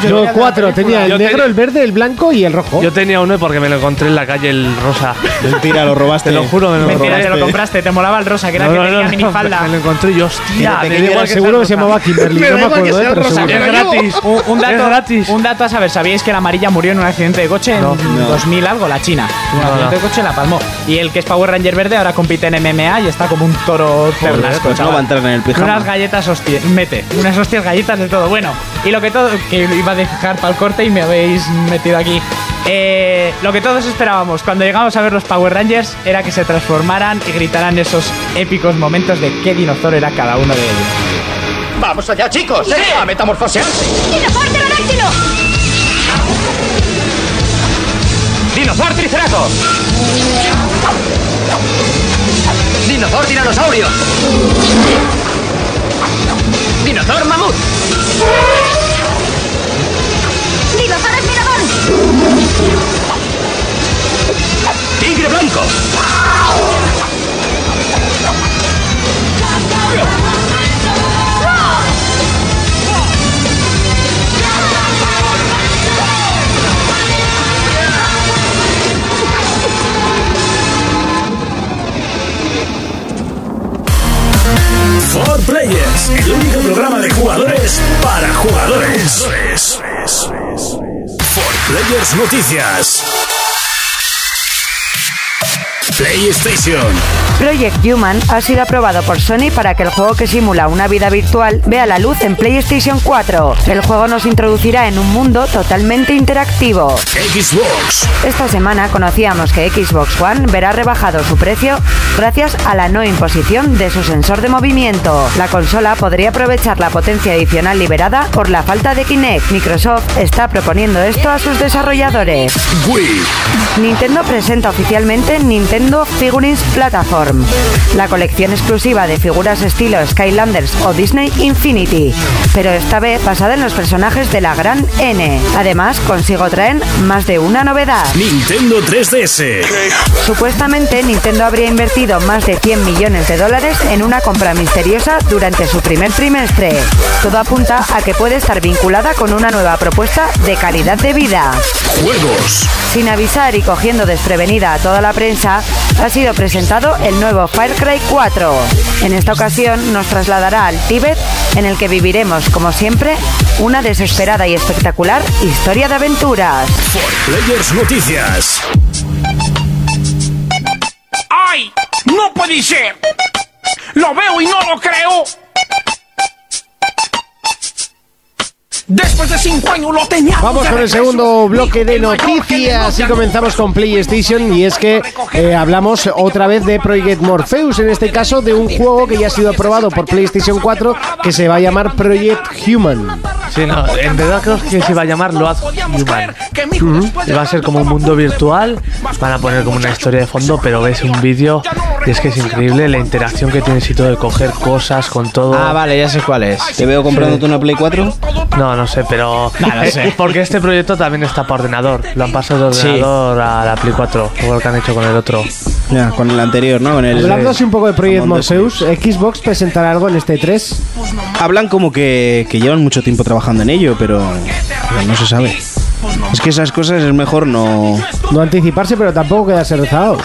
Speaker 2: Yo
Speaker 4: tenía de la
Speaker 2: cuatro,
Speaker 4: película.
Speaker 2: tenía el
Speaker 6: Yo te-
Speaker 2: negro, el verde, el blanco y el rojo.
Speaker 6: Yo tenía uno porque me lo encontré en la calle el rosa.
Speaker 5: Mentira, lo robaste.
Speaker 6: Te lo juro, me lo
Speaker 4: Mentira,
Speaker 6: robaste.
Speaker 4: te lo compraste, te molaba el rosa, que era el que tenía minifalda.
Speaker 6: Me lo encontré yo, hostia.
Speaker 5: Fíjate
Speaker 6: me
Speaker 5: que
Speaker 6: da
Speaker 5: yo
Speaker 6: igual
Speaker 5: era
Speaker 6: que
Speaker 2: seguro
Speaker 6: sea
Speaker 2: que se
Speaker 6: rosa.
Speaker 2: llamaba Kimberly. No me acuerdo, eh, pero seguro.
Speaker 6: Es gratis.
Speaker 4: Un, un dato,
Speaker 6: Es gratis.
Speaker 4: un dato a saber, ¿sabíais que la amarilla murió en un accidente de coche en
Speaker 6: No.
Speaker 4: 2000 algo? La China. Un
Speaker 6: No,
Speaker 4: accidente
Speaker 6: no.
Speaker 4: de coche la palmó. Y el que es Power Ranger verde ahora compite en MMA y está como un toro ternasco,
Speaker 5: pues no
Speaker 4: chaval.
Speaker 5: va a entrar en el pijama.
Speaker 4: Unas galletas hostias, mete. Unas hostias galletas de todo. Bueno, y lo que todo. que iba a dejar para el corte y me habéis metido aquí. Eh, lo que todos esperábamos cuando llegamos a ver los Power Rangers era que se transformaran y gritaran esos épicos momentos de qué dinosaurio era cada uno de ellos.
Speaker 7: Vamos allá, chicos. ¿eh? A metamorfosearse.
Speaker 8: ¡Dinosaur pterodáctilo!
Speaker 7: Dinosaur triceratops. Dinosaur tiranosaurio. Dinosaur mamut.
Speaker 8: ¡Dinosaur esmirador!
Speaker 7: Tigre blanco.
Speaker 1: For Players, el único programa de jugadores para jugadores. For Players Noticias. PlayStation,
Speaker 3: Project Human ha sido aprobado por Sony para que el juego que simula una vida virtual vea la luz en PlayStation 4. El juego nos introducirá en un mundo totalmente interactivo.
Speaker 1: Xbox,
Speaker 3: Esta semana conocíamos que Xbox One verá rebajado su precio gracias a la no imposición de su sensor de movimiento. La consola podría aprovechar la potencia adicional liberada por la falta de Kinect. Microsoft está proponiendo esto a sus desarrolladores.
Speaker 1: Wii,
Speaker 3: Nintendo presenta oficialmente Nintendo Figurines Platform, la colección exclusiva de figuras estilo Skylanders o Disney Infinity, pero esta vez basada en los personajes de la gran N. Además, consigo traen más de una novedad.
Speaker 1: Nintendo 3DS,
Speaker 3: Supuestamente, Nintendo habría invertido más de 100 millones de dólares en una compra misteriosa durante su primer trimestre. Todo apunta a que puede estar vinculada con una nueva propuesta de calidad de vida.
Speaker 1: juegos,
Speaker 3: Sin avisar y cogiendo desprevenida a toda la prensa, ha sido presentado el nuevo Far Cry 4. En esta ocasión nos trasladará al Tíbet, en el que viviremos, como siempre, una desesperada y espectacular historia de aventuras.
Speaker 1: Players Noticias.
Speaker 9: ¡Ay! ¡No puede ser! ¡Lo veo y no lo creo! Después de cinco años lo teníamos.
Speaker 2: Vamos
Speaker 9: de
Speaker 2: con el
Speaker 9: regreso.
Speaker 2: segundo
Speaker 9: Mi hijo,
Speaker 2: bloque de
Speaker 9: el mayor, que le
Speaker 2: noticias y
Speaker 9: dio-
Speaker 2: comenzamos con PlayStation y es que eh, hablamos otra vez de Project Morpheus, en este caso de un juego que ya ha sido aprobado por PlayStation 4 que se va a llamar Project Human.
Speaker 6: Sí, no, en verdad creo que se iba a llamar Load Human. Y va a ser como un mundo virtual, van a poner como una historia de fondo, pero ves un vídeo y es que es increíble la interacción que tienes y todo, de coger cosas con todo.
Speaker 4: Ah, vale, ya sé cuál es.
Speaker 5: Te veo comprándote una Play 4.
Speaker 6: No, no sé, pero.
Speaker 4: No, no sé.
Speaker 6: Eh, Porque este proyecto también está para ordenador. Lo han pasado de
Speaker 4: Sí.
Speaker 6: ordenador a la Play 4, como lo que han hecho con el otro.
Speaker 5: Ya, con el anterior, ¿no? Con el,
Speaker 2: Hablando así un poco de Project
Speaker 5: Among the
Speaker 2: Morpheus, ¿Xbox presentará algo en este 3?
Speaker 5: Hablan como que, que llevan mucho tiempo trabajando en ello, pero, pero no se sabe. Es que esas cosas es mejor no...
Speaker 2: No anticiparse, pero tampoco quedarse rezados.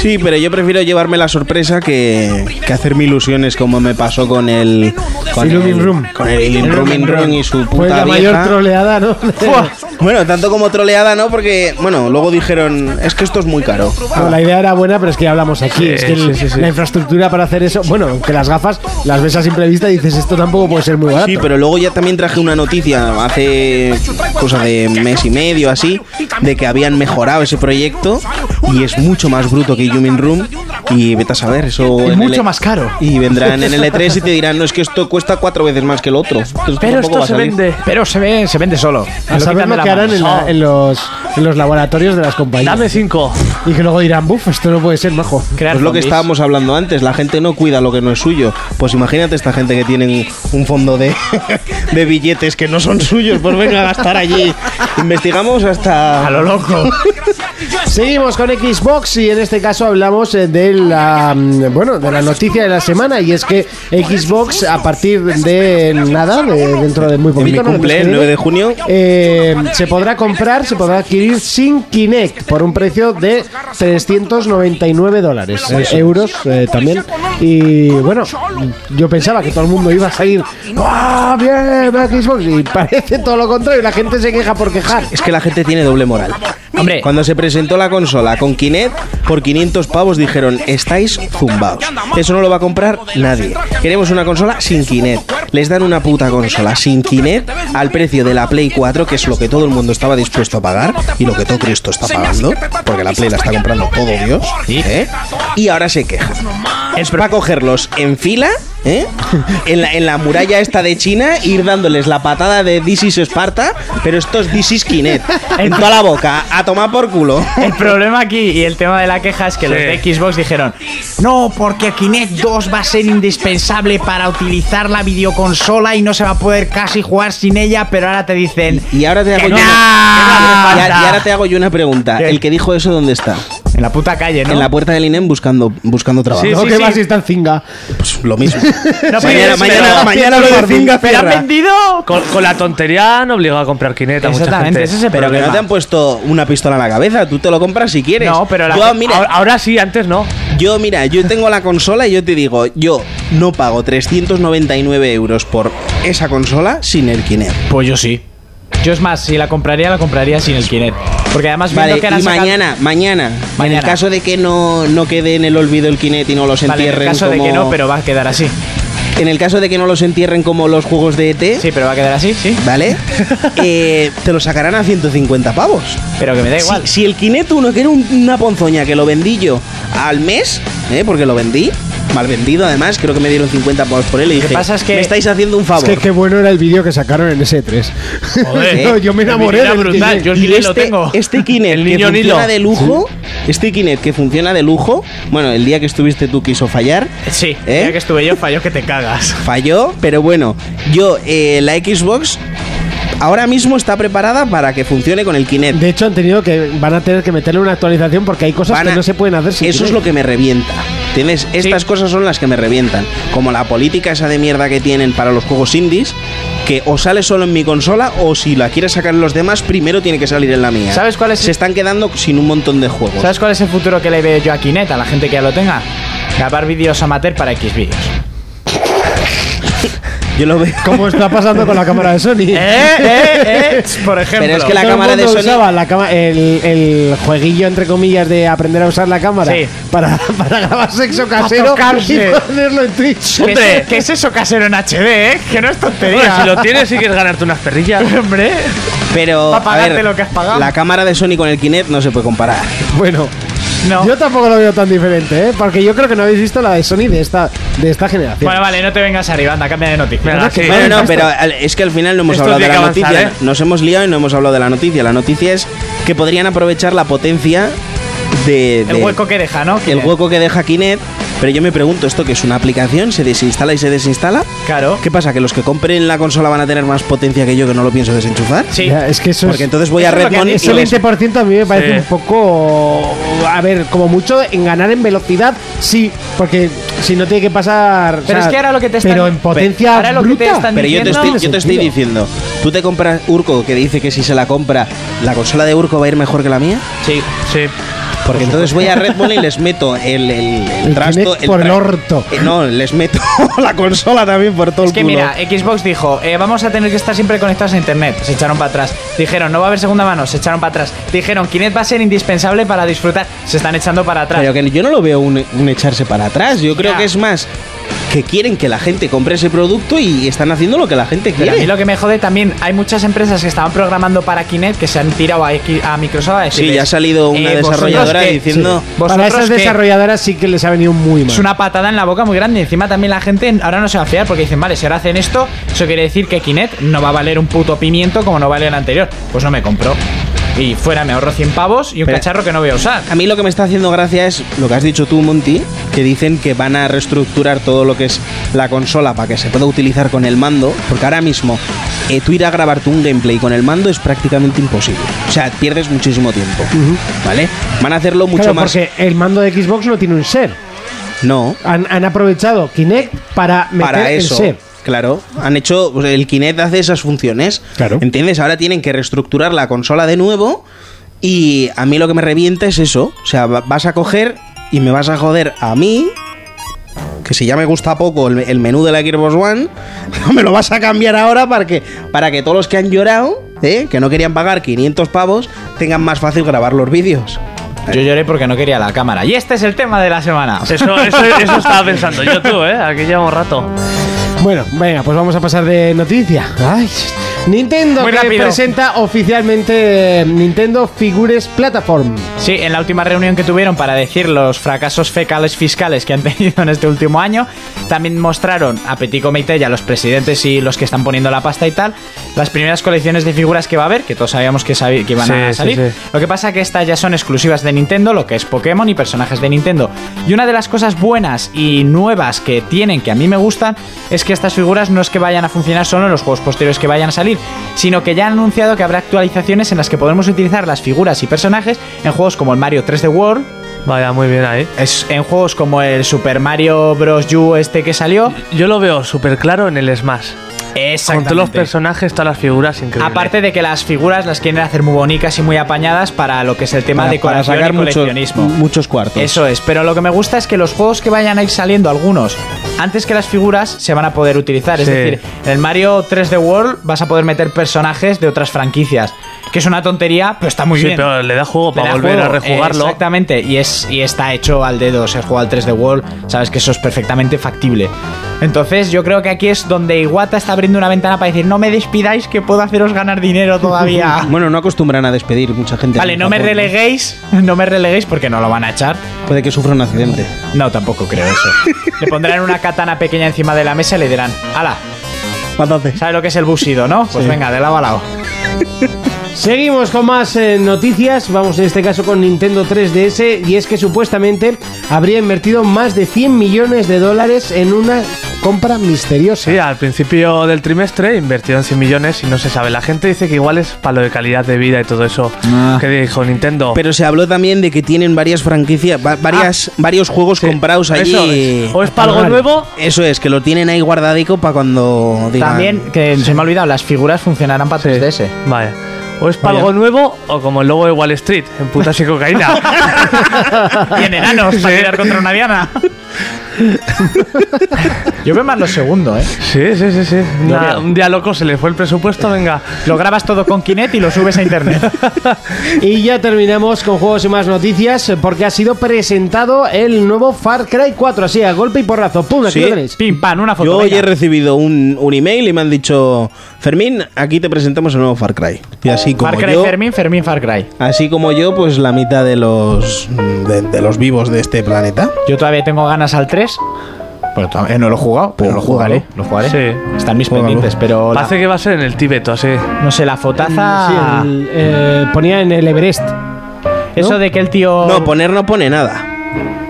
Speaker 5: Sí, pero yo prefiero llevarme la sorpresa que, que hacerme ilusiones como me pasó con el... Con
Speaker 2: Illumin
Speaker 5: el-
Speaker 2: Room.
Speaker 5: Con el Illumin Room, y su puta
Speaker 2: Fue Pues la
Speaker 5: vieja.
Speaker 2: mayor troleada, ¿no?
Speaker 5: Buah. Bueno, tanto como troleada, ¿no? Porque, bueno, luego dijeron, es que esto es muy caro.
Speaker 2: No, la idea era buena, pero es que ya hablamos aquí.
Speaker 6: Sí,
Speaker 2: es que el-
Speaker 6: sí, sí, sí.
Speaker 2: la infraestructura para hacer eso. Bueno, que las gafas las ves a simple vista y dices, esto tampoco puede ser muy barato.
Speaker 5: Sí, pero luego ya también traje una noticia hace cosa de mes y medio así de que habían mejorado ese proyecto y es mucho más bruto que Human Room y vete a saber eso
Speaker 4: Y
Speaker 5: en
Speaker 4: mucho
Speaker 5: el- E-
Speaker 4: más caro.
Speaker 5: y vendrán en el E3 y te dirán no es que esto cuesta cuatro veces más que el otro Entonces,
Speaker 6: Pero
Speaker 5: tampoco va
Speaker 6: esto
Speaker 5: a
Speaker 6: se
Speaker 5: salir.
Speaker 6: vende.
Speaker 4: Pero se, ve, se vende solo.
Speaker 2: A saber
Speaker 4: Lo quitan de
Speaker 2: lo
Speaker 4: la
Speaker 2: que harán
Speaker 4: mano.
Speaker 2: en, la- en los, en los laboratorios de las compañías.
Speaker 6: Oh, Dame 5.
Speaker 2: Y que luego dirán, buf, esto no puede ser, majo.
Speaker 4: Crear
Speaker 5: Pues lo que
Speaker 4: zombies.
Speaker 5: estábamos hablando antes, la gente no cuida lo que no es suyo. Pues imagínate esta gente que tienen un fondo de, de billetes que no son suyos, pues venga a gastar allí. Investigamos hasta...
Speaker 4: A lo loco.
Speaker 2: Seguimos con Xbox y en este caso hablamos eh, de la mm, bueno de la noticia de la semana y es que Xbox a partir de nada, de- dentro de muy
Speaker 5: En
Speaker 2: poquito,
Speaker 5: mi
Speaker 2: ¿no? del mes
Speaker 5: cumple,
Speaker 2: que
Speaker 5: el
Speaker 2: viene,
Speaker 5: 9 Este de junio,
Speaker 2: eh, se podrá comprar, se podrá adquirir sin Kinect por un precio de 399 dólares, eh, euros eh, también. Y bueno, yo pensaba que todo el mundo iba a salir, ¡ah, bien, Xbox! Y parece todo lo contrario, la gente se queja por quejar.
Speaker 5: Es que la gente tiene doble moral.
Speaker 4: Hombre,
Speaker 5: Cuando se presentó la consola con Kinect, por 500 pavos dijeron, estáis zumbados. Eso no lo va a comprar nadie. Queremos una consola sin Kinect. Les dan una puta consola sin Kinect al precio de la Play 4, que es lo que todo el mundo estaba dispuesto a pagar y lo que todo Cristo está pagando, porque la Play la está comprando todo Dios. ¿eh? Y ahora se quejan. Va a cogerlos en fila, ¿eh? en, la, en la muralla esta de China, ir dándoles la patada de This is Sparta, pero esto es This is Kinect. En toda la boca, a tomar por culo.
Speaker 4: El problema aquí y el tema de la queja es que los
Speaker 6: Sí.
Speaker 4: de Xbox dijeron No, porque Kinect 2 va a ser indispensable para utilizar la videoconsola y no se va a poder casi jugar sin ella, pero ahora te dicen
Speaker 5: Y ahora te hago
Speaker 4: que
Speaker 5: yo
Speaker 4: no,
Speaker 5: una,
Speaker 4: que no
Speaker 5: y
Speaker 4: hace
Speaker 5: a-
Speaker 4: falta.
Speaker 5: y ahora te hago yo una pregunta.
Speaker 4: ¿Qué?
Speaker 5: ¿El que dijo eso dónde está?
Speaker 4: En la puta calle, ¿no?
Speaker 5: En la puerta del INEM buscando, buscando trabajo.
Speaker 2: no,
Speaker 6: sí,
Speaker 2: que
Speaker 6: sí.
Speaker 2: más si están cinga.
Speaker 5: Pues lo mismo.
Speaker 4: No, pero-
Speaker 5: mañana,
Speaker 4: pero-
Speaker 5: mañana, mañana lo de Finga
Speaker 4: ¿Pero han
Speaker 5: Ferra.
Speaker 4: vendido?
Speaker 6: Con, con la tontería han obligado a comprar Kinect a mucha
Speaker 4: Exactamente,
Speaker 6: gente.
Speaker 4: ese es el
Speaker 5: Pero que no te
Speaker 4: problema.
Speaker 5: han puesto una pistola en la cabeza, tú te lo compras si quieres.
Speaker 4: No, pero la-
Speaker 5: Yo, mira,
Speaker 6: Ahora, ahora sí, antes no.
Speaker 5: Yo, mira, yo tengo la consola y yo te digo, yo no pago 399 euros por esa consola sin el Kinect.
Speaker 4: Pues yo sí. Yo es más, si la compraría, la compraría sin el Kinect. Porque además viendo
Speaker 5: Vale,
Speaker 4: que ahora
Speaker 5: y
Speaker 4: sacan-
Speaker 5: mañana, mañana, en
Speaker 4: Mañana.
Speaker 5: el caso de que no, no quede en el olvido el Kinect y no los
Speaker 4: Vale, en
Speaker 5: entierren
Speaker 4: el caso
Speaker 5: como...
Speaker 4: de que no, pero va a quedar así.
Speaker 5: En el caso de que no los entierren como los juegos de ET,
Speaker 4: Sí, pero va a quedar así, sí.
Speaker 5: ¿vale? Eh, te lo sacarán a 150 pavos.
Speaker 4: Pero que me da
Speaker 5: Si-
Speaker 4: igual.
Speaker 5: Si, el Kinect uno que era un- una ponzoña que lo vendí yo al mes, ¿eh? porque lo vendí, mal vendido además, creo que me dieron 50 pavos por él y dije,
Speaker 4: pasa es que-
Speaker 5: me estáis haciendo un favor.
Speaker 2: Es que qué bueno era el vídeo que sacaron en ese 3.
Speaker 6: Joder.
Speaker 2: No, yo me
Speaker 6: El
Speaker 2: enamoré
Speaker 6: vídeo
Speaker 2: del
Speaker 6: era brutal,
Speaker 2: Kinect.
Speaker 6: yo- el
Speaker 5: Y
Speaker 6: Kinect lo
Speaker 5: este,
Speaker 6: tengo.
Speaker 5: este Kinect que
Speaker 6: El niño
Speaker 5: funciona
Speaker 6: Nilo.
Speaker 5: de lujo, este Kinect que funciona de lujo, bueno, el día que estuviste tú quiso fallar,
Speaker 4: Sí,
Speaker 5: ¿Eh?
Speaker 4: ya que estuve yo, falló que te cagas.
Speaker 5: falló, pero bueno, yo, eh, la Xbox ahora mismo está preparada para que funcione con el Kinect.
Speaker 2: De hecho, han tenido que. Van a tener que meterle una actualización porque hay cosas
Speaker 5: Van
Speaker 2: que
Speaker 5: a-
Speaker 2: no se pueden hacer sin
Speaker 5: Eso es lo que me revienta. ¿Entiendes? Estas cosas son las que me revientan. Como la política esa de mierda que tienen para los juegos indies, que o sale solo en mi consola o si la quieres sacar en los demás, primero tiene que salir en la mía.
Speaker 4: ¿Sabes cuál es
Speaker 5: Se están quedando sin un montón de juegos.
Speaker 4: ¿Sabes cuál es el futuro que le veo yo a Kinect, a la gente que ya lo tenga? Grabar vídeos amateur para X vídeos.
Speaker 5: Yo lo veo.
Speaker 2: Como está pasando con la cámara de Sony.
Speaker 4: ¡Eh, eh, eh! Por ejemplo.
Speaker 5: Pero es que la
Speaker 2: Todo el
Speaker 5: cámara de
Speaker 2: mundo
Speaker 5: Sony.
Speaker 2: usaba la cama- el, el jueguillo, entre comillas, de aprender a usar la cámara
Speaker 4: Sí.
Speaker 2: para, para grabar sexo casero
Speaker 4: tocarse.
Speaker 2: y ponerlo en Twitch.
Speaker 4: ¿Qué, es, qué es eso casero en HD, eh? Que no es
Speaker 6: Bueno,
Speaker 4: tontería.
Speaker 6: si lo tienes, sí quieres ganarte unas perrillas.
Speaker 4: Hombre.
Speaker 5: Pero.
Speaker 4: Pa'
Speaker 5: a
Speaker 4: pagarte
Speaker 5: ver,
Speaker 4: lo que has pagado.
Speaker 5: La cámara de Sony con el Kinect no se puede comparar.
Speaker 2: Bueno,
Speaker 4: No.
Speaker 2: yo tampoco lo veo tan diferente, ¿eh? porque yo creo que no habéis visto la de Sony de esta, de esta generación.
Speaker 4: Bueno, vale, no te vengas arriba, anda, cambia de noticia.
Speaker 6: Venga, sí.
Speaker 5: Bueno, no, pero al- es que al final no hemos
Speaker 6: Esto
Speaker 5: hablado de
Speaker 6: tiene
Speaker 5: la
Speaker 6: que avanzar,
Speaker 5: noticia.
Speaker 6: ¿eh?
Speaker 5: Nos hemos liado y no hemos hablado de la noticia. La noticia es que podrían aprovechar la potencia de.
Speaker 4: El
Speaker 5: de-
Speaker 4: hueco que deja, ¿no?
Speaker 5: el hueco que deja Kinect. Pero yo me pregunto, ¿esto que es una aplicación? ¿Se desinstala y se desinstala?
Speaker 4: Claro.
Speaker 5: ¿Qué pasa? ¿Que los que compren la consola van a tener más potencia que yo que no lo pienso desenchufar?
Speaker 4: Sí.
Speaker 2: Ya, es que eso
Speaker 5: Porque
Speaker 2: es-
Speaker 5: entonces voy a
Speaker 2: eso es lo
Speaker 5: Redmond
Speaker 2: que-
Speaker 5: y
Speaker 2: Ese
Speaker 5: les-
Speaker 2: 20% a mí me parece
Speaker 6: Sí.
Speaker 2: un poco. A ver, como mucho en ganar en velocidad, sí, porque si no tiene que pasar. o
Speaker 4: Pero es que ahora lo que te están-
Speaker 2: Pero en potencia.
Speaker 4: ahora lo que te
Speaker 2: bruta.
Speaker 4: están
Speaker 5: Pero yo te,
Speaker 4: diciendo-
Speaker 5: estoy, yo te estoy
Speaker 2: Sentido.
Speaker 5: diciendo, ¿tú te compras Urco que dice que si se la compra, la consola de Urco va a ir mejor que la mía?
Speaker 4: Sí.
Speaker 6: Sí.
Speaker 5: Porque entonces voy a Red Bull y les meto el, el, el
Speaker 2: El
Speaker 5: trasto.
Speaker 2: Kinect por el
Speaker 5: tra-
Speaker 2: orto.
Speaker 5: Eh, no, les meto la consola también por todo
Speaker 4: Es
Speaker 5: el
Speaker 4: que
Speaker 5: culo.
Speaker 4: mira, Xbox dijo, eh, vamos a tener que estar siempre conectados a internet. Se echaron para atrás. Dijeron, no va a haber segunda mano. Se echaron para atrás. Dijeron, Kinect va a ser indispensable para disfrutar. Se están echando para atrás.
Speaker 5: Pero que yo no lo veo un, un echarse para atrás. Yo creo
Speaker 4: Ya.
Speaker 5: que es más que quieren que la gente compre ese producto y están haciendo lo que la gente
Speaker 4: Pero a mí
Speaker 5: quiere.
Speaker 4: lo que me jode también, hay muchas empresas que estaban programando para Kinect que se han tirado a, X- a Microsoft a decirles,
Speaker 5: Sí, ya ha salido una
Speaker 4: "Eh, vosotros que-
Speaker 5: desarrolladora diciendo.
Speaker 2: Para
Speaker 4: ¿Vosotros
Speaker 2: esas
Speaker 4: qué?
Speaker 2: desarrolladoras sí que les ha venido muy mal.
Speaker 4: Es una patada en la boca muy grande. Encima también la gente ahora no se va a fiar porque dicen, vale, si ahora hacen esto, eso quiere decir que Kinect no va a valer un puto pimiento como no vale el anterior. Pues no me compró. Y fuera me ahorro 100 pavos y un
Speaker 5: Pero-
Speaker 4: cacharro que no voy a usar.
Speaker 5: A mí lo que me está haciendo gracia es lo que has dicho tú, Monty, que dicen que van a reestructurar todo lo que es la consola para que se pueda utilizar con el mando, porque ahora mismo eh, tú ir a grabarte un gameplay con el mando es prácticamente imposible. O sea, pierdes muchísimo tiempo, ¿vale? Van a hacerlo mucho
Speaker 2: Claro,
Speaker 5: más...
Speaker 2: porque el mando de Xbox no tiene un ser.
Speaker 5: No,
Speaker 2: Han, han aprovechado Kinect para meter
Speaker 5: para
Speaker 2: el
Speaker 5: eso...
Speaker 2: ser.
Speaker 5: Claro, han hecho. pues, El Kinect hace esas funciones.
Speaker 2: Claro.
Speaker 5: ¿Entiendes? Ahora tienen que reestructurar la consola de nuevo. Y a mí lo que me revienta es eso. O sea, va- vas a coger y me vas a joder a mí. Que si ya me gusta poco el, el menú de la Xbox One, me lo vas a cambiar ahora para que, para que todos los que han llorado, ¿eh? que no querían pagar 500 pavos, tengan más fácil grabar los vídeos.
Speaker 4: Yo lloré porque no quería la cámara. Y este es el tema de la semana.
Speaker 6: Eso, eso, eso estaba pensando yo tú, ¿eh? Aquí llevo un rato.
Speaker 2: Bueno, venga, pues vamos a pasar de noticia. Ay, Nintendo
Speaker 4: Muy
Speaker 2: que
Speaker 4: rápido.
Speaker 2: presenta oficialmente eh, Nintendo Figures Platform.
Speaker 4: Sí, en la última reunión que tuvieron para decir los fracasos fecales fiscales que han tenido en este último año, también mostraron a Petit Comité y a los presidentes y los que están poniendo la pasta y tal, las primeras colecciones de figuras que va a haber, que todos sabíamos que, sabi- que iban
Speaker 6: Sí,
Speaker 4: a
Speaker 6: sí,
Speaker 4: salir.
Speaker 6: sí.
Speaker 4: Lo que pasa que estas ya son exclusivas de Nintendo, lo que es Pokémon y personajes de Nintendo. Y una de las cosas buenas y nuevas que tienen, que a mí me gustan, es que estas figuras no es que vayan a funcionar solo en los juegos posteriores que vayan a salir, sino que ya han anunciado que habrá actualizaciones en las que podremos utilizar las figuras y personajes en juegos como el Mario 3D World,
Speaker 6: Vaya, muy bien ahí.
Speaker 4: es- en juegos como el Super Mario Bros. U este que salió.
Speaker 6: Yo lo veo súper claro en el Smash. Con todos los
Speaker 4: Exactamente.
Speaker 6: personajes, todas las figuras, increíble.
Speaker 4: Aparte de que las figuras las quieren hacer muy bonitas y muy apañadas para lo que es el tema
Speaker 5: Para-
Speaker 4: de
Speaker 5: para
Speaker 4: decoración
Speaker 5: sacar
Speaker 4: y
Speaker 5: mucho-
Speaker 4: coleccionismo.
Speaker 5: muchos cuartos.
Speaker 6: Pues-
Speaker 4: Eso es, pero lo que me gusta es que los juegos que vayan a ir saliendo, algunos, antes que las figuras, se van a poder utilizar. Es
Speaker 6: Sí.
Speaker 4: decir, en el Mario 3D World vas a poder meter personajes de otras franquicias. Que es una tontería, pero está muy
Speaker 6: sí,
Speaker 4: bien.
Speaker 6: pero le da juego
Speaker 4: Le
Speaker 6: para
Speaker 4: da
Speaker 6: volver
Speaker 4: juego,
Speaker 6: a rejugarlo.
Speaker 4: eh, exactamente, y, es, y está hecho al dedo. Se juega al 3D World, sabes que eso es perfectamente factible. Entonces, yo creo que aquí es donde Iwata está abriendo una ventana para decir: No me despidáis, que puedo haceros ganar dinero todavía.
Speaker 5: Ah. Bueno, no acostumbran a despedir mucha gente.
Speaker 4: vale, no me
Speaker 5: Japón,
Speaker 4: releguéis, no me releguéis porque no lo van a echar.
Speaker 5: Puede que sufra un accidente.
Speaker 4: No, tampoco creo eso. le pondrán una katana pequeña encima de la mesa y le dirán: ¡Hala!
Speaker 5: Entonces,
Speaker 4: ¿Sabes lo que es el busido, no? Pues venga, de lado a lado.
Speaker 2: Seguimos con más eh, noticias, vamos en este caso con Nintendo 3DS y es que supuestamente habría invertido más de 100 millones de dólares en una compra misteriosa.
Speaker 6: Sí, al principio del trimestre invertieron 100 millones y no se sabe. La gente dice que igual es para lo de calidad de vida y todo eso que dijo Nintendo.
Speaker 5: Pero se habló también de que tienen varias franquicias, va- varias,
Speaker 4: Ah.
Speaker 5: varios juegos
Speaker 6: Sí,
Speaker 5: comprados allí.
Speaker 6: eso es. O es para algo nuevo
Speaker 5: Eso es, que lo tienen ahí guardadico para cuando digan...
Speaker 4: También, que se me ha olvidado, las figuras funcionarán para 3DS.
Speaker 6: Vale. O es para
Speaker 5: Vaya.
Speaker 6: algo nuevo o como el logo de Wall Street, en putas y cocaína.
Speaker 4: Y en enanos, para tirar contra una diana. Yo veo más lo segundo, ¿eh?
Speaker 6: Sí, sí, sí, sí. Una-
Speaker 4: veo.
Speaker 6: un día loco se le fue el presupuesto, venga.
Speaker 4: Lo grabas todo con Kinect y lo subes a internet.
Speaker 2: Y ya terminamos con juegos y más noticias, porque ha sido presentado el nuevo Far Cry 4, así a golpe y porrazo. ¡Pum! Aquí
Speaker 5: Sí.
Speaker 2: lo tenéis.
Speaker 4: Pim, pam, una foto.
Speaker 5: Yo hoy
Speaker 4: venga.
Speaker 5: he recibido un, un email y me han dicho, Fermín, aquí te presentamos el nuevo Far Cry. Y así como
Speaker 4: Far Cry
Speaker 5: yo,
Speaker 4: Fermín, Fermín Far Cry.
Speaker 5: así como yo, pues la mitad de los de, de los vivos de este planeta.
Speaker 4: Yo todavía tengo ganas al 3. Pero todavía no lo he jugado, pero lo jugaré. Lo jugaré.
Speaker 6: Sí.
Speaker 4: Están mis
Speaker 5: Pues Júgalo.
Speaker 4: pendientes, pero la-
Speaker 6: Parece que va a ser en el Tíbet, así.
Speaker 4: no sé, la fotaza.
Speaker 2: Sí, el, eh, ponía en el Everest.
Speaker 4: Eso de que el tío.
Speaker 5: No, poner no pone nada.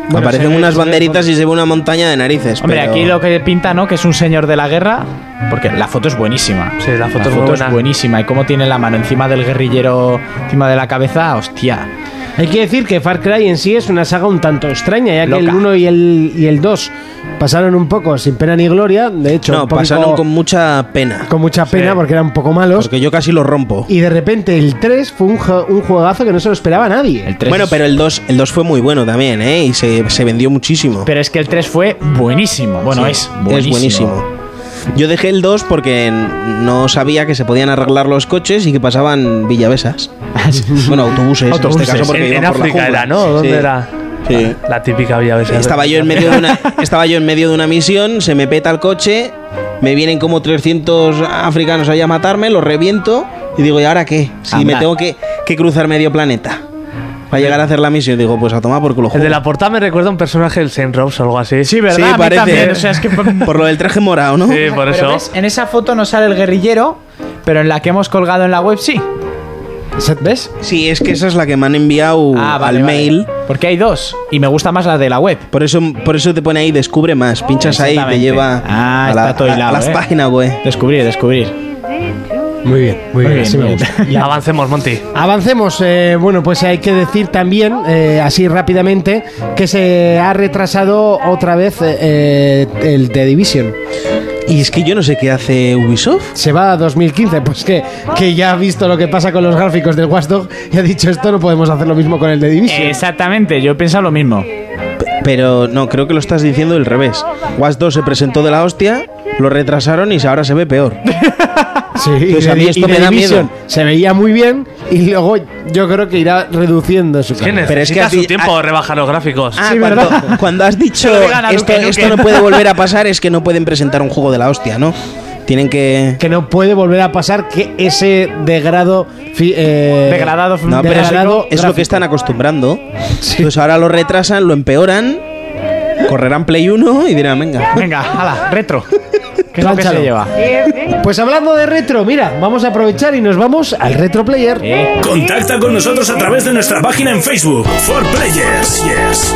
Speaker 5: Aparecen
Speaker 4: se ve-
Speaker 5: unas
Speaker 4: se ve
Speaker 5: banderitas y se ve una montaña de narices.
Speaker 4: Hombre,
Speaker 5: pero-
Speaker 4: aquí lo que pinta, ¿no? Que es un señor de la guerra. Porque la foto es buenísima.
Speaker 6: Sí, la foto es muy buena.
Speaker 4: buenísima. Y cómo tiene la mano encima del guerrillero, encima de la cabeza, hostia.
Speaker 2: Hay que decir que Far Cry en sí es una saga un tanto extraña, ya que
Speaker 4: Loca.
Speaker 2: el 1 y el, y el 2 pasaron un poco sin pena ni gloria. De hecho,
Speaker 5: No,
Speaker 2: un poco
Speaker 5: pasaron con mucha pena.
Speaker 2: con mucha pena
Speaker 6: Sí.
Speaker 2: porque eran un poco malos.
Speaker 5: Porque yo casi lo rompo.
Speaker 2: Y de repente el 3 fue un, ju- un juegazo que no se lo esperaba nadie.
Speaker 4: El 3
Speaker 5: Bueno, pero el 2 el 2 fue muy bueno también, ¿eh? Y se, se vendió muchísimo.
Speaker 4: Pero es que el 3 fue buenísimo. Bueno,
Speaker 5: Sí,
Speaker 4: es buenísimo.
Speaker 5: Yo dejé el 2 porque n- no sabía que se podían arreglar los coches y que pasaban villavesas. bueno, autobuses, en
Speaker 4: Autobuses.
Speaker 5: este caso porque
Speaker 6: en
Speaker 5: iban
Speaker 6: en
Speaker 5: por la
Speaker 6: África
Speaker 5: jungla.
Speaker 6: era, ¿no?
Speaker 5: Sí,
Speaker 6: ¿Dónde era?
Speaker 5: sí.
Speaker 6: La típica vía
Speaker 5: Estaba yo en medio de una estaba yo en medio de una misión, se me peta el coche, me vienen como 300 africanos allá a matarme, los reviento y digo, ¿y ahora qué? Si
Speaker 4: Anda.
Speaker 5: me tengo que, que cruzar medio planeta para llegar a hacer la misión, digo, pues a tomar por culo.
Speaker 6: El de
Speaker 5: joder.
Speaker 6: la portada me recuerda a un personaje del Saint Rose o algo así.
Speaker 4: Sí, ¿verdad?
Speaker 5: Sí,
Speaker 4: A mí
Speaker 5: parece. ¿eh?
Speaker 4: también, o sea, es que-
Speaker 5: Por lo del traje morado, ¿no?
Speaker 6: Sí, por
Speaker 4: Pero
Speaker 6: eso.
Speaker 4: ves, en esa foto no sale el guerrillero, pero en la que hemos colgado en la web sí. ¿Ves?
Speaker 5: Sí, es que esa es la que me han enviado Uh, al mail.
Speaker 4: Ah, Porque hay dos. Y me gusta más la de la web.
Speaker 5: Por eso, por eso te pone ahí, descubre más. Pinchas ahí y te
Speaker 4: Exactamente.
Speaker 5: lleva
Speaker 4: Ah,
Speaker 5: a, la-
Speaker 4: está todo
Speaker 5: a- a
Speaker 4: hilado,
Speaker 5: las
Speaker 4: ¿eh?
Speaker 5: páginas, güey.
Speaker 4: Descubrir, descubrir.
Speaker 2: Muy bien, muy,
Speaker 4: bien,
Speaker 2: así me
Speaker 4: muy bien.
Speaker 2: gusta.
Speaker 6: Ya avancemos, Monty.
Speaker 2: Avancemos. eh, bueno, pues hay que decir también, eh, así rápidamente, que se ha retrasado otra vez eh, eh, el The Division.
Speaker 5: Y es que yo no sé qué hace Ubisoft.
Speaker 2: Se va a 2015, pues que, que ya ha visto lo que pasa con los gráficos del Watchdog y ha dicho esto, no podemos hacer lo mismo con el The Division.
Speaker 5: Eh,
Speaker 4: Exactamente, yo he pensado lo mismo.
Speaker 5: P- Pero no, creo que lo estás diciendo del revés. Watch 2 se presentó de la hostia, lo retrasaron y ahora se ve peor.
Speaker 2: Sí,
Speaker 5: Entonces,
Speaker 2: y
Speaker 5: a
Speaker 2: The-
Speaker 5: mí esto
Speaker 2: y The
Speaker 5: me da
Speaker 2: Division
Speaker 5: miedo.
Speaker 2: Se veía muy bien y luego yo creo que irá reduciendo su
Speaker 6: ¿Quién
Speaker 2: calidad.
Speaker 5: Pero
Speaker 6: es? Pero
Speaker 5: es
Speaker 6: es
Speaker 5: que a ti-
Speaker 6: su tiempo rebajar los gráficos.
Speaker 5: Ah, cuando, cuando has dicho
Speaker 6: Que lo digan a
Speaker 5: esto,
Speaker 6: Duke
Speaker 5: esto
Speaker 6: Nukem".
Speaker 5: no puede volver a pasar, es que no pueden presentar un juego de la hostia, ¿no? Tienen que.
Speaker 2: que no puede volver a pasar que ese degrado fi- eh,
Speaker 4: Degradado f-
Speaker 5: No, pero es,
Speaker 2: degradado
Speaker 5: es lo que
Speaker 2: gráfico.
Speaker 5: están acostumbrando. Entonces ahora lo retrasan, lo empeoran, correrán Play 1 y dirán, venga.
Speaker 4: Venga, hala, retro. ¿Qué es lo que se
Speaker 2: Lánchalo.
Speaker 4: lleva?
Speaker 2: Pues hablando de retro, mira, vamos a aprovechar y nos vamos al retro player.
Speaker 1: Contacta con nosotros a través de nuestra página en Facebook, For Players. Yes.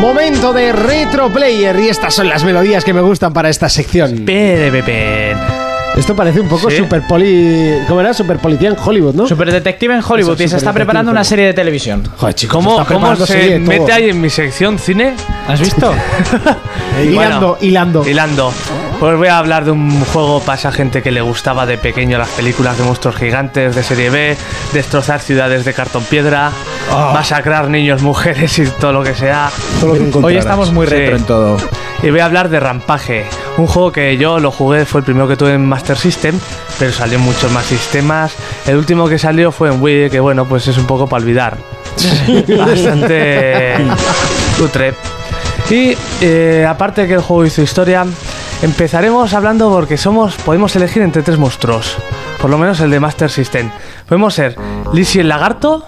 Speaker 2: Momento de retro player y estas son las melodías que me gustan para esta sección.
Speaker 6: Perepepen.
Speaker 2: Esto parece un poco
Speaker 6: Sí.
Speaker 2: super poli, ¿cómo era? Super policía en Hollywood, ¿no?
Speaker 4: Super Detective en Hollywood
Speaker 2: Eso,
Speaker 4: y se está
Speaker 2: Superdetective.
Speaker 4: preparando una serie de televisión.
Speaker 2: Joder, chicos,
Speaker 6: ¿Cómo,
Speaker 2: está
Speaker 6: ¿Cómo
Speaker 2: preparando serie
Speaker 6: se
Speaker 2: de todo.
Speaker 6: mete ahí en mi sección cine?
Speaker 4: ¿Has visto?
Speaker 2: Hilando,
Speaker 6: Bueno,
Speaker 2: hilando.
Speaker 6: Hilando. Pues voy a hablar de un juego para esa gente que le gustaba de pequeño las películas de monstruos gigantes de serie B, destrozar ciudades de cartón piedra,
Speaker 2: Ah.
Speaker 6: masacrar niños, mujeres y todo lo que sea.
Speaker 4: Hoy estamos muy
Speaker 6: Sí.
Speaker 4: retro en todo.
Speaker 6: Y voy a hablar de Rampaje, un juego que yo lo jugué, fue el primero que tuve en Master System, pero salió en muchos más sistemas. El último que salió fue en Wii, que bueno, pues es un poco para olvidar. Bastante cutre. Y eh, aparte que el juego hizo historia, empezaremos hablando porque somos, podemos elegir entre tres monstruos, por lo menos el de Master System. Podemos ser Lizzie el lagarto,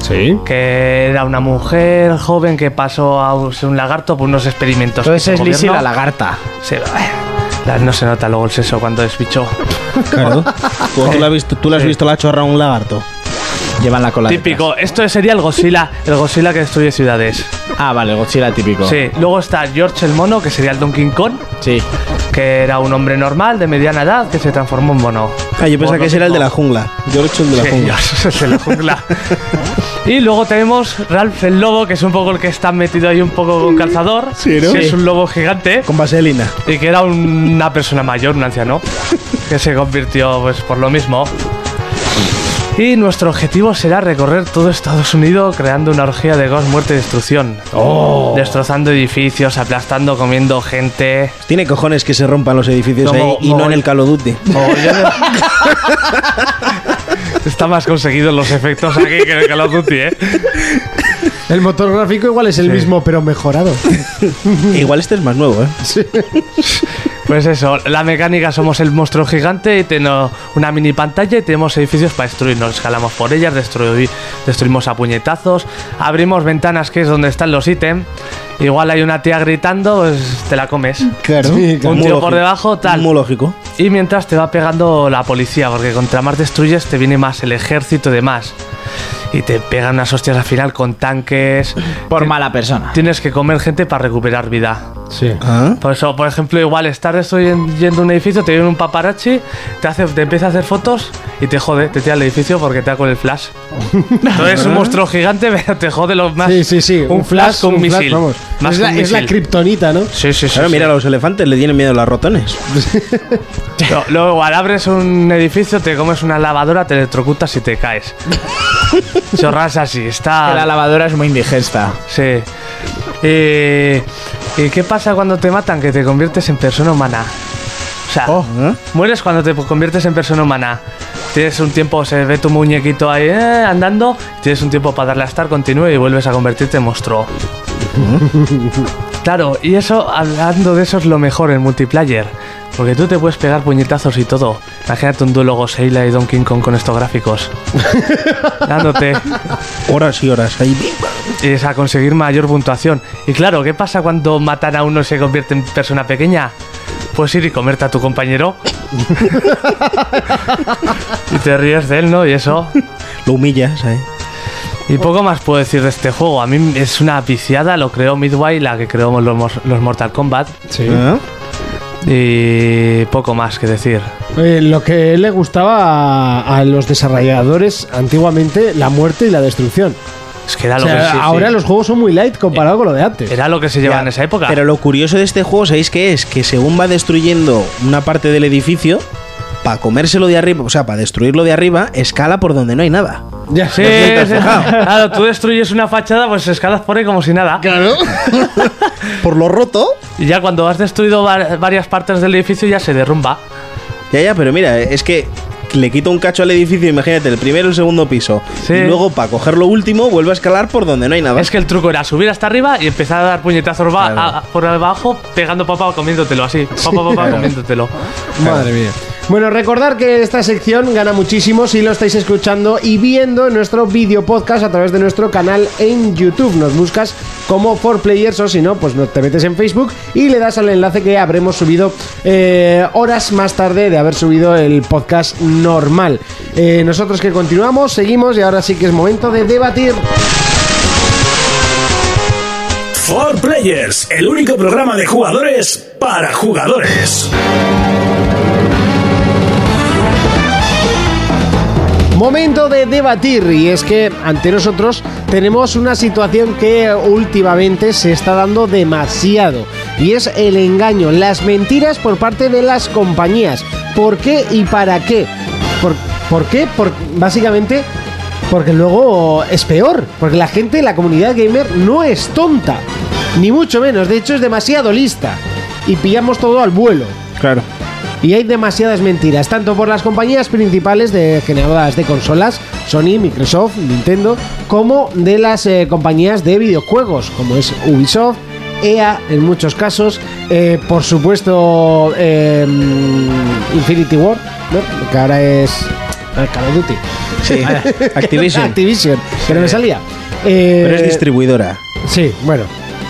Speaker 2: Sí.
Speaker 6: que era una mujer joven que pasó a ser un lagarto por unos experimentos. que hizo
Speaker 4: Entonces es
Speaker 6: el
Speaker 4: Lizzie la
Speaker 6: gobierno.
Speaker 4: lagarta.
Speaker 6: Sí, la- no se nota luego el seso cuando es bicho.
Speaker 5: Claro. ¿Tú, tú lo has visto, tú le has visto la chorra a un lagarto.
Speaker 4: Llevan la cola.
Speaker 6: Típico, esto sería el Godzilla, el Godzilla que destruye ciudades.
Speaker 4: detrás. Ah, vale, Godzilla típico.
Speaker 6: Sí, luego está George el mono, que sería el Donkey Kong,
Speaker 4: Sí.
Speaker 6: que era un hombre normal de mediana edad que se transformó en mono.
Speaker 5: Ah, yo pensaba que ese era el de la jungla. Yo lo he hecho el de la
Speaker 6: Sí,
Speaker 5: jungla.
Speaker 6: George es el de la jungla. y luego tenemos Ralph el lobo, que es un poco el que está metido ahí un poco con calzador.
Speaker 5: Sí, ¿no?
Speaker 6: que es
Speaker 5: Sí.
Speaker 6: un lobo gigante.
Speaker 5: Con vaselina.
Speaker 6: Y que era un- una persona mayor, un anciano, que se convirtió pues por lo mismo. Y nuestro objetivo será recorrer todo Estados Unidos creando una orgía de ghost, muerte y destrucción. Destrozando edificios, aplastando, comiendo gente.
Speaker 5: Tiene cojones que se rompan los edificios
Speaker 6: Como-
Speaker 5: ahí y no en el Call of Duty.
Speaker 6: Mogollón de- Está más conseguidos los efectos aquí que en el Call of Duty, ¿eh?
Speaker 2: El motor gráfico igual es el mismo, pero mejorado.
Speaker 5: Igual este es más nuevo, ¿eh?
Speaker 6: Pues eso, la mecánica somos el monstruo gigante y tenemos una mini pantalla y tenemos edificios para destruir. Nos escalamos por ellas, destrui- destruimos a puñetazos, abrimos ventanas que es donde están los ítems. Igual hay una tía gritando, pues te la comes.
Speaker 5: Claro.
Speaker 6: Un tío por debajo, tal.
Speaker 5: Muy lógico.
Speaker 6: Y mientras te va pegando la policía, porque contra más destruyes te viene más el ejército y demás. Y te pegan unas hostias al final con tanques.
Speaker 4: Por mala persona.
Speaker 6: Tienes que comer gente para recuperar vida.
Speaker 2: Sí.
Speaker 5: Ah.
Speaker 6: Por eso, por ejemplo, igual estar destruyendo yendo a un edificio, te viene un paparazzi, te, hace, te empieza a hacer fotos y te jode, te tira el edificio porque te da con el flash. Entonces es un monstruo gigante, pero te jode lo más.
Speaker 2: Sí, sí, sí.
Speaker 6: Un, flash con un
Speaker 2: flash,
Speaker 6: misil.
Speaker 2: vamos.
Speaker 6: Más
Speaker 2: es,
Speaker 6: que
Speaker 2: la,
Speaker 6: un
Speaker 2: es la
Speaker 6: misil.
Speaker 2: kriptonita, ¿no?
Speaker 6: Sí, sí, sí.
Speaker 5: Claro,
Speaker 6: sí.
Speaker 5: mira, a los elefantes le tienen miedo a los ratones.
Speaker 6: No, Luego, igual abres un edificio, te comes una lavadora, te electrocutas y te caes. Chorras así,
Speaker 4: Que la
Speaker 6: está.
Speaker 4: lavadora es muy indigesta.
Speaker 6: Sí. Eh, ¿Y qué pasa cuando te matan? Que te conviertes en persona humana. O sea,
Speaker 4: Oh.
Speaker 5: ¿eh?
Speaker 6: mueres cuando te conviertes en persona humana. Tienes un tiempo, se ve tu muñequito ahí eh, andando, tienes un tiempo para darle a estar, continúe y vuelves a convertirte en monstruo. Claro, y eso, hablando de eso, es lo mejor en multiplayer. Porque tú te puedes pegar puñetazos y todo. Imagínate un duelo Goseila y Donkey Kong con estos gráficos. Dándote
Speaker 5: Horas y horas ahí.
Speaker 6: es a conseguir mayor puntuación. Y claro, ¿qué pasa cuando matan a uno y se convierte en persona pequeña? Pues ir y comerte a tu compañero. y te ríes de él, ¿no? Y eso.
Speaker 5: Lo humillas ¿eh? ahí.
Speaker 6: Y poco más puedo decir de este juego. A mí es una viciada, lo creó Midway, la que creó los, mor- los Mortal Kombat.
Speaker 2: Sí.
Speaker 5: ¿Eh?
Speaker 6: Y poco más que decir.
Speaker 2: Eh, lo que le gustaba a, a los desarrolladores antiguamente, la muerte y la destrucción.
Speaker 6: Es que era
Speaker 2: O
Speaker 6: lo
Speaker 2: sea,
Speaker 6: que sí, sí.
Speaker 2: ahora los juegos son muy light comparado con lo de antes.
Speaker 6: Era lo que se llevaba en esa época.
Speaker 5: Pero lo curioso de este juego, ¿sabéis qué es? Que según va destruyendo una parte del edificio, para comérselo de arriba, o sea, para destruirlo de arriba, escala por donde no hay nada.
Speaker 2: Ya.
Speaker 6: Sí, sí. claro, tú destruyes una fachada, pues escalas por ahí como si nada.
Speaker 5: Por lo roto.
Speaker 6: Y ya cuando has destruido va- varias partes del edificio ya se derrumba.
Speaker 5: Ya, ya, pero mira, es que le quito un cacho al edificio, imagínate, el primero y el segundo piso.
Speaker 6: Sí.
Speaker 5: Y luego, para coger lo último, vuelve a escalar por donde no hay nada.
Speaker 6: Es que el truco era subir hasta arriba y empezar a dar puñetazos ba-
Speaker 5: Ah. Claro.
Speaker 6: a- a- por abajo, pegando papá comiéndotelo así. Papá, papá, comiéndotelo.
Speaker 2: Madre mía. Bueno, recordar que esta sección gana muchísimo si lo estáis escuchando y viendo en nuestro video podcast a través de nuestro canal en YouTube. Nos buscas como 4Players o si no, pues no te metes en Facebook y le das al enlace que habremos subido eh, horas más tarde de haber subido el podcast normal. Eh, nosotros que continuamos, seguimos y ahora sí que es momento de debatir.
Speaker 1: 4 Players, el único programa de jugadores para jugadores.
Speaker 2: Momento de debatir y es que ante nosotros tenemos una situación que últimamente se está dando demasiado y es el engaño, las mentiras por parte de las compañías. ¿Por qué y para qué? ¿Por, por qué? Por- básicamente porque luego es peor, porque la gente, la comunidad gamer no es tonta, ni mucho menos, de hecho es demasiado lista y pillamos todo al vuelo.
Speaker 5: Claro.
Speaker 2: Y hay demasiadas mentiras, tanto por las compañías principales de generadoras de consolas, Sony, Microsoft, Nintendo, como de las eh, compañías de videojuegos, como es Ubisoft, EA en muchos casos, eh, por supuesto eh, Infinity War, ¿no? que ahora es ah, Call of Duty.
Speaker 5: Sí. Activision.
Speaker 2: Activision, que no me salía. Eh,
Speaker 5: Pero es distribuidora.
Speaker 2: Sí, bueno,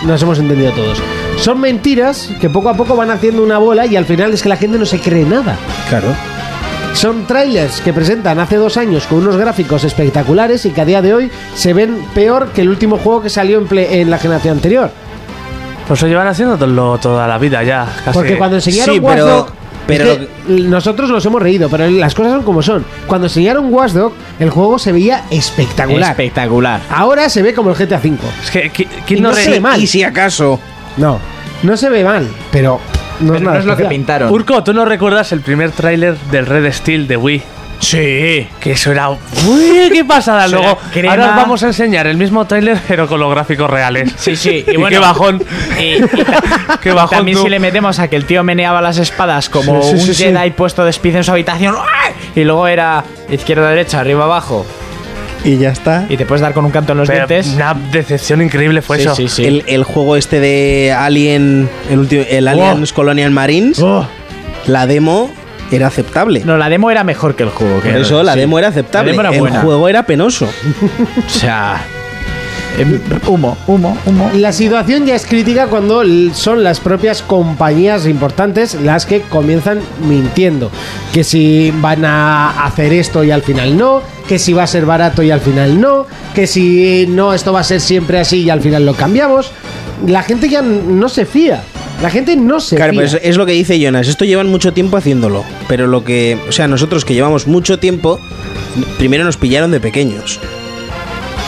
Speaker 2: nos hemos entendido todos. Son mentiras que poco a poco van haciendo una bola y al final es que la gente no se cree nada.
Speaker 5: Claro.
Speaker 2: Son trailers que presentan hace dos años con unos gráficos espectaculares y que a día de hoy se ven peor que el último juego que salió en, ple- en la generación anterior.
Speaker 6: Pues eso llevan haciéndolo toda la vida ya, casi.
Speaker 2: Porque cuando enseñaron
Speaker 5: Ah, Sí, pero-
Speaker 2: Watch Dogs-
Speaker 5: pero
Speaker 2: es que nosotros nos hemos reído, pero las cosas son como son. Cuando enseñaron Watch Dogs, el juego se veía espectacular.
Speaker 4: Espectacular.
Speaker 2: Ahora se ve como el GTA V.
Speaker 6: Es que, qui-
Speaker 2: Y
Speaker 6: ¿quién no,
Speaker 2: no
Speaker 6: re-
Speaker 2: se ve mal.
Speaker 5: Y si acaso.
Speaker 2: No, no se ve mal, pero no
Speaker 4: Pero
Speaker 2: es
Speaker 4: no
Speaker 2: nada
Speaker 4: es lo que
Speaker 2: especial.
Speaker 4: pintaron.
Speaker 6: Urco, ¿tú no recuerdas el primer tráiler del Red Steel de Wii?
Speaker 4: Sí.
Speaker 6: Que eso era. ¡Uy, qué pasada!
Speaker 4: Eso era
Speaker 6: Luego,
Speaker 4: crema.
Speaker 6: ahora os vamos a enseñar el mismo tráiler, pero con los gráficos reales.
Speaker 4: Sí, sí. Y,
Speaker 6: Y,
Speaker 4: bueno,
Speaker 6: qué bajón.
Speaker 4: y- y ta-
Speaker 6: Qué bajón
Speaker 4: También
Speaker 6: tú.
Speaker 4: si le metemos a que el tío meneaba las espadas como
Speaker 6: Sí, sí,
Speaker 4: un
Speaker 6: sí,
Speaker 4: Jedi
Speaker 6: sí.
Speaker 4: puesto de espíritu en su habitación. ¡ay! Y luego era izquierda, derecha, arriba, abajo.
Speaker 5: Y ya está.
Speaker 4: Y te puedes dar con un canto en los
Speaker 6: Pero
Speaker 4: dientes.
Speaker 6: una decepción increíble fue
Speaker 4: sí,
Speaker 6: eso.
Speaker 4: sí, sí.
Speaker 5: El, el juego este de Alien, el último, el Aliens Colonial Marines,
Speaker 4: Oh,
Speaker 5: la demo era aceptable.
Speaker 4: No, la demo era mejor que el juego.
Speaker 5: Por eso la demo era aceptable.
Speaker 4: La demo era
Speaker 5: el
Speaker 4: buena.
Speaker 5: juego era penoso.
Speaker 4: O sea. em, Humo, humo, humo.
Speaker 2: La situación ya es crítica cuando l- son las propias compañías importantes las que comienzan mintiendo. Que si van a hacer esto y al final no, que si va a ser barato y al final no, que si no, esto va a ser siempre así y al final lo cambiamos. La gente ya n- no se fía. La gente no se
Speaker 5: Claro,
Speaker 2: fía.
Speaker 5: pues es lo que dice Jonas. Esto llevan mucho tiempo haciéndolo. Pero lo que. O sea, nosotros que llevamos mucho tiempo. Primero nos pillaron de pequeños.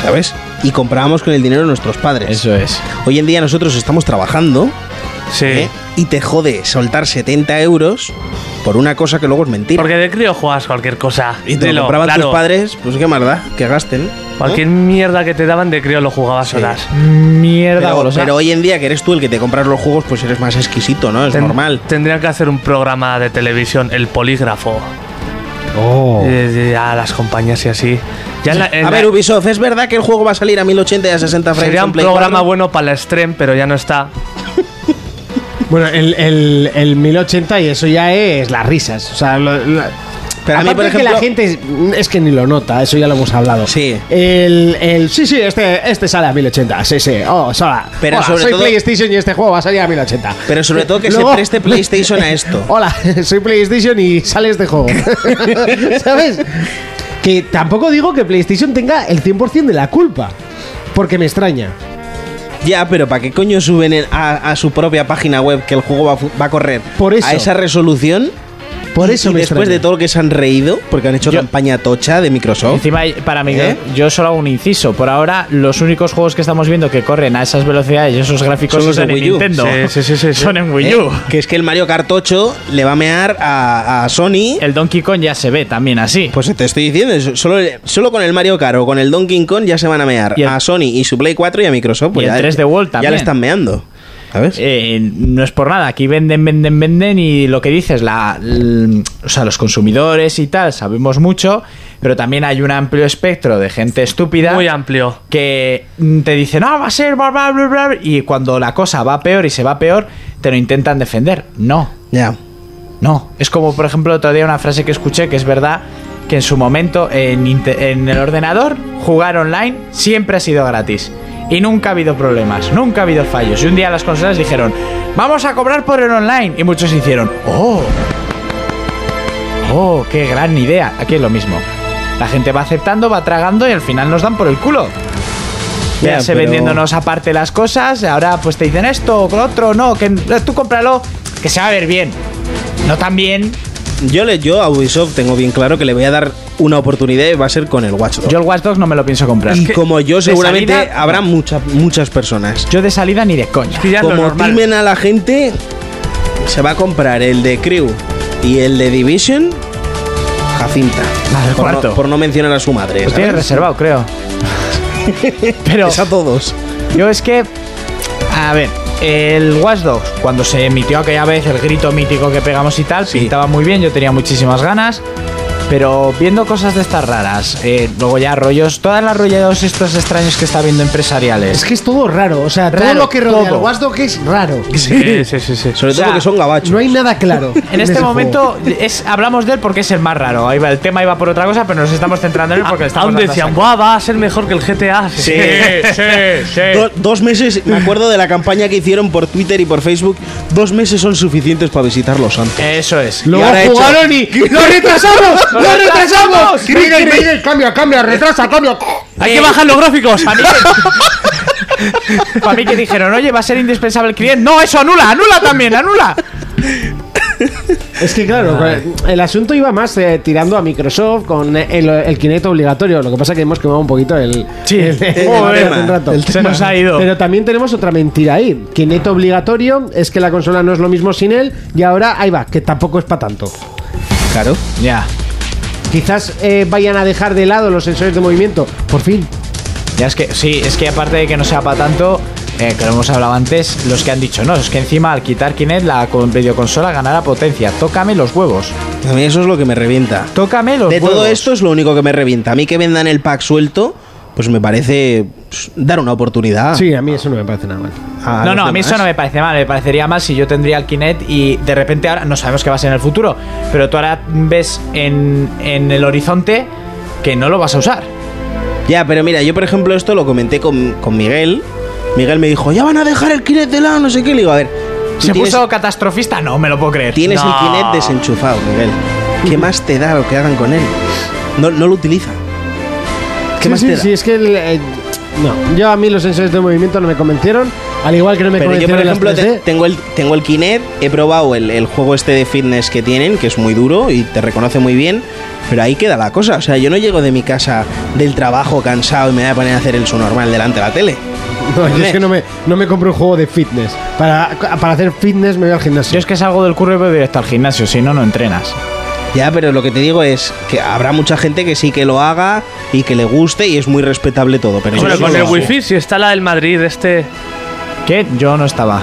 Speaker 5: ¿Sabes? Y comprábamos con el dinero de nuestros padres.
Speaker 4: Eso es.
Speaker 5: Hoy en día nosotros estamos trabajando.
Speaker 6: Sí.
Speaker 5: ¿eh? Y te jode soltar 70 euros por una cosa que luego es mentira.
Speaker 6: Porque de crío juegas cualquier cosa.
Speaker 5: y te lo
Speaker 6: Dilo,
Speaker 5: compraban
Speaker 6: claro.
Speaker 5: tus padres, pues qué maldad, que gasten. ¿no?
Speaker 6: Cualquier mierda que te daban de crío lo jugabas
Speaker 5: Sí.
Speaker 6: horas.
Speaker 4: Mierda,
Speaker 5: Pero,
Speaker 4: golosa.
Speaker 5: pero hoy en día que eres tú el que te compras los juegos, pues eres más exquisito, ¿no? Es
Speaker 6: Ten-
Speaker 5: normal.
Speaker 6: Tendrían que hacer un programa de televisión, el polígrafo.
Speaker 4: Oh.
Speaker 6: Eh, eh, a las compañías y así. Ya en la- en
Speaker 5: A
Speaker 6: la-
Speaker 5: ver, Ubisoft, ¿es verdad que el juego va a salir a 1080 y a 60 frames?
Speaker 6: sería
Speaker 5: en
Speaker 6: un
Speaker 5: Play
Speaker 6: programa
Speaker 5: 4?
Speaker 6: bueno para la stream, pero ya no está.
Speaker 2: Bueno, el, el, el 1080 y eso ya es las risas. O sea, lo- lo-
Speaker 5: Pero a mí,
Speaker 2: Aparte de
Speaker 5: por
Speaker 2: que
Speaker 5: ejemplo,
Speaker 2: la gente es- es que ni lo nota, eso ya lo hemos hablado.
Speaker 5: Sí.
Speaker 2: El, el- sí, sí, este, este sale a 1080, sí, sí. Oh, sola.
Speaker 5: Pero
Speaker 2: Hola,
Speaker 5: sobre
Speaker 2: soy
Speaker 5: todo-
Speaker 2: PlayStation y este juego va a salir a 1080.
Speaker 5: Pero sobre todo que
Speaker 2: Luego-
Speaker 5: se preste PlayStation a esto.
Speaker 2: Hola, soy PlayStation y sale este juego. ¿Sabes? Que tampoco digo que PlayStation tenga el 100% de la culpa. Porque me extraña.
Speaker 5: ya, pero ¿para qué coño suben en- a, a su propia página web que el juego va, a fu- va a correr
Speaker 2: Por eso.
Speaker 5: a esa resolución?
Speaker 2: Por
Speaker 5: Y-
Speaker 2: eso
Speaker 5: y
Speaker 2: me
Speaker 5: después
Speaker 2: extraña.
Speaker 5: de todo lo que se han reído, porque han hecho
Speaker 4: Yo-
Speaker 5: campaña tocha de Microsoft.
Speaker 4: Encima, para mí,
Speaker 5: ¿Eh?
Speaker 4: yo solo hago un inciso. Por ahora, los únicos juegos que estamos viendo que corren a esas velocidades y esos gráficos son,
Speaker 5: Son los de
Speaker 4: en
Speaker 5: Wii U.
Speaker 4: Nintendo.
Speaker 6: Sí, sí, sí, sí, sí.
Speaker 4: Son en Wii
Speaker 5: ¿eh?
Speaker 4: U.
Speaker 5: Que es que el Mario Kart 8 le va a mear a, a Sony.
Speaker 4: El Donkey Kong ya se ve también así.
Speaker 5: Pues te estoy diciendo, es- solo, solo con el Mario Kart o con el Donkey Kong ya se van a mear
Speaker 4: Y el-
Speaker 5: a Sony y su Play 4 y a Microsoft. pues
Speaker 4: Y el
Speaker 5: ya,
Speaker 4: 3D World
Speaker 5: Ya
Speaker 4: también.
Speaker 5: le están meando. ¿Sabes?
Speaker 4: Eh, no es por nada, aquí venden, venden, venden y lo que dices, la, l- o sea, los consumidores y tal, sabemos mucho, pero también hay un amplio espectro de gente estúpida
Speaker 6: Muy amplio.
Speaker 4: que mm, te dice, no, va a ser, bla, bla, bla, bla", y cuando la cosa va peor y se va peor, te lo intentan defender. No,
Speaker 5: Ya.
Speaker 4: no. Es como, por ejemplo, otro día una frase que escuché que es verdad que en su momento en, inte- en el ordenador jugar online siempre ha sido gratis. Y nunca ha habido problemas, nunca ha habido fallos. Y un día las consolas dijeron, vamos a cobrar por el online. Y muchos hicieron, oh, oh, qué gran idea. Aquí es lo mismo. La gente va aceptando, va tragando y al final nos dan por el culo.
Speaker 5: Ya,
Speaker 4: Ya se
Speaker 5: pero-
Speaker 4: vendiéndonos aparte las cosas, ahora pues te dicen esto, lo otro, no, que eh, tú cómpralo, que se va a ver bien. No tan bien.
Speaker 5: Yo, le, yo a Ubisoft tengo bien claro que le voy a dar una oportunidad y va a ser con el Watch Dogs.
Speaker 4: Yo el Watch Dogs no me lo pienso comprar.
Speaker 5: y como yo,
Speaker 4: de
Speaker 5: seguramente
Speaker 4: salida,
Speaker 5: habrá mucha- muchas personas.
Speaker 4: Yo de salida ni de coña.
Speaker 6: Y ya es lo
Speaker 5: como
Speaker 6: normal.
Speaker 5: timen a la gente, se va a comprar el de Crew y el de Division. Jacinta.
Speaker 4: La del
Speaker 5: por,
Speaker 4: cuarto.
Speaker 5: No, por no mencionar a su madre.
Speaker 4: Lo tiene
Speaker 5: ¿sabes?
Speaker 4: reservado, creo. Pero
Speaker 5: Es a todos.
Speaker 4: yo es que. A ver, el Watch Dogs, cuando se emitió aquella vez el grito mítico que pegamos y tal,
Speaker 5: Sí.
Speaker 4: pintaba muy bien, yo tenía muchísimas ganas. Pero viendo cosas de estas raras, eh, luego ya rollos, todas las rollos estos extraños que está viendo empresariales.
Speaker 2: Es que es todo raro. O sea, todo
Speaker 4: Raro,
Speaker 2: lo que rodea
Speaker 4: todo.
Speaker 2: al Watch Dog es raro.
Speaker 6: Sí, sí, sí. sí.
Speaker 4: sea,
Speaker 5: Sobre todo porque son gabachos.
Speaker 2: No hay nada claro.
Speaker 4: En este
Speaker 2: ese juego.
Speaker 4: momento es, hablamos de él porque es el más raro. Ahí va, el tema iba por otra cosa, pero nos estamos centrando en él porque le estamos
Speaker 6: Ah, Aún
Speaker 4: dando
Speaker 6: decían,
Speaker 4: saco.
Speaker 6: "Buah, va a ser mejor que el GTA.
Speaker 5: Sí,
Speaker 4: sí,
Speaker 5: Do- dos meses, me acuerdo de la campaña que hicieron por Twitter y por Facebook. Dos meses son suficientes para visitar Los Santos.
Speaker 4: Eso es.
Speaker 5: Y
Speaker 2: Luego
Speaker 5: ahora he hecho-
Speaker 2: jugaron y ¡Lo retrasamos! ¡Lo retrasamos!
Speaker 4: retrasamos!
Speaker 2: Miguel, Miguel, cambia, cambia, retrasa, cambia.
Speaker 6: Hay que bajar los gráficos.
Speaker 4: Para mí que dijeron, oye, va a ser indispensable el cliente. No, eso anula, anula también, anula.
Speaker 2: Es que claro, pues, el asunto iba más eh, tirando a Microsoft con eh, el, el Kinect obligatorio. Lo que pasa es que hemos quemado un poquito el.
Speaker 4: Sí,
Speaker 2: el,
Speaker 4: el
Speaker 2: joder,
Speaker 5: tema,
Speaker 2: hace un rato.
Speaker 5: el
Speaker 4: Se nos ha ido.
Speaker 2: Pero también tenemos otra mentira ahí. Kinect obligatorio es que la consola no es lo mismo sin él. Y ahora ahí va, que tampoco es para tanto.
Speaker 5: Claro.
Speaker 4: Ya.
Speaker 2: Quizás eh, vayan a dejar de lado los sensores de movimiento. Por fin.
Speaker 4: Ya es que, sí, es que aparte de que no sea para tanto, eh, que lo hemos hablado antes, los que han dicho, no, es que encima al quitar Kinect la con- videoconsola ganará potencia. Tócame los huevos.
Speaker 5: A mí eso es lo que me revienta.
Speaker 4: Tócame los
Speaker 5: De
Speaker 4: huevos.
Speaker 5: todo esto es lo único que me revienta. A mí que vendan el pack suelto, pues me parece pues, dar una oportunidad.
Speaker 2: Sí, a mí eso no me parece nada mal.
Speaker 5: a
Speaker 4: No,
Speaker 5: los
Speaker 4: no, a mí
Speaker 5: demás.
Speaker 4: eso no me parece mal. Me parecería mal si yo tendría el Kinect y de repente ahora no sabemos qué va a ser en el futuro, pero tú ahora ves en, en el horizonte que no lo vas a usar.
Speaker 5: Ya, pero mira, yo por ejemplo esto lo comenté con, con Miguel. Miguel me dijo, ya van a dejar el Kinect de lado, no sé qué. Le digo, a ver, tú
Speaker 4: ¿Se
Speaker 5: tienes,
Speaker 4: puso catastrofista? No, me lo puedo creer.
Speaker 5: tienes
Speaker 4: No.
Speaker 5: el Kinect desenchufado, Miguel. ¿Qué más te da lo que hagan con él? No, no lo utiliza. ¿Qué
Speaker 2: sí,
Speaker 5: más
Speaker 2: sí,
Speaker 5: te da?
Speaker 2: sí, es que el, eh, no, yo a mí los sensores de movimiento no me convencieron, al igual que no me
Speaker 5: Pero yo, por
Speaker 2: convencieron
Speaker 5: ejemplo,
Speaker 2: las
Speaker 5: te-
Speaker 2: 3D.
Speaker 5: tengo, el, tengo el Kinect, he probado el, el juego este de fitness que tienen, que es muy duro y te reconoce muy bien, pero ahí queda la cosa. O sea, yo no llego de mi casa del trabajo cansado y me voy a poner a hacer el su normal delante de la tele.
Speaker 2: No, yo es que no me, no me compro un juego de fitness. Para, para hacer fitness me voy al
Speaker 4: Yo
Speaker 2: gimnasio.
Speaker 4: es que salgo del curro y voy directo al gimnasio, si no, no entrenas.
Speaker 5: Ya, pero lo que te digo es que habrá mucha gente que sí que lo haga y que le guste y es muy respetable todo. Pero yo
Speaker 6: Bueno,
Speaker 5: sí
Speaker 6: con
Speaker 5: lo
Speaker 6: el
Speaker 5: hago.
Speaker 6: wifi, si está la del Madrid, este.
Speaker 4: ¿Qué? Yo no estaba.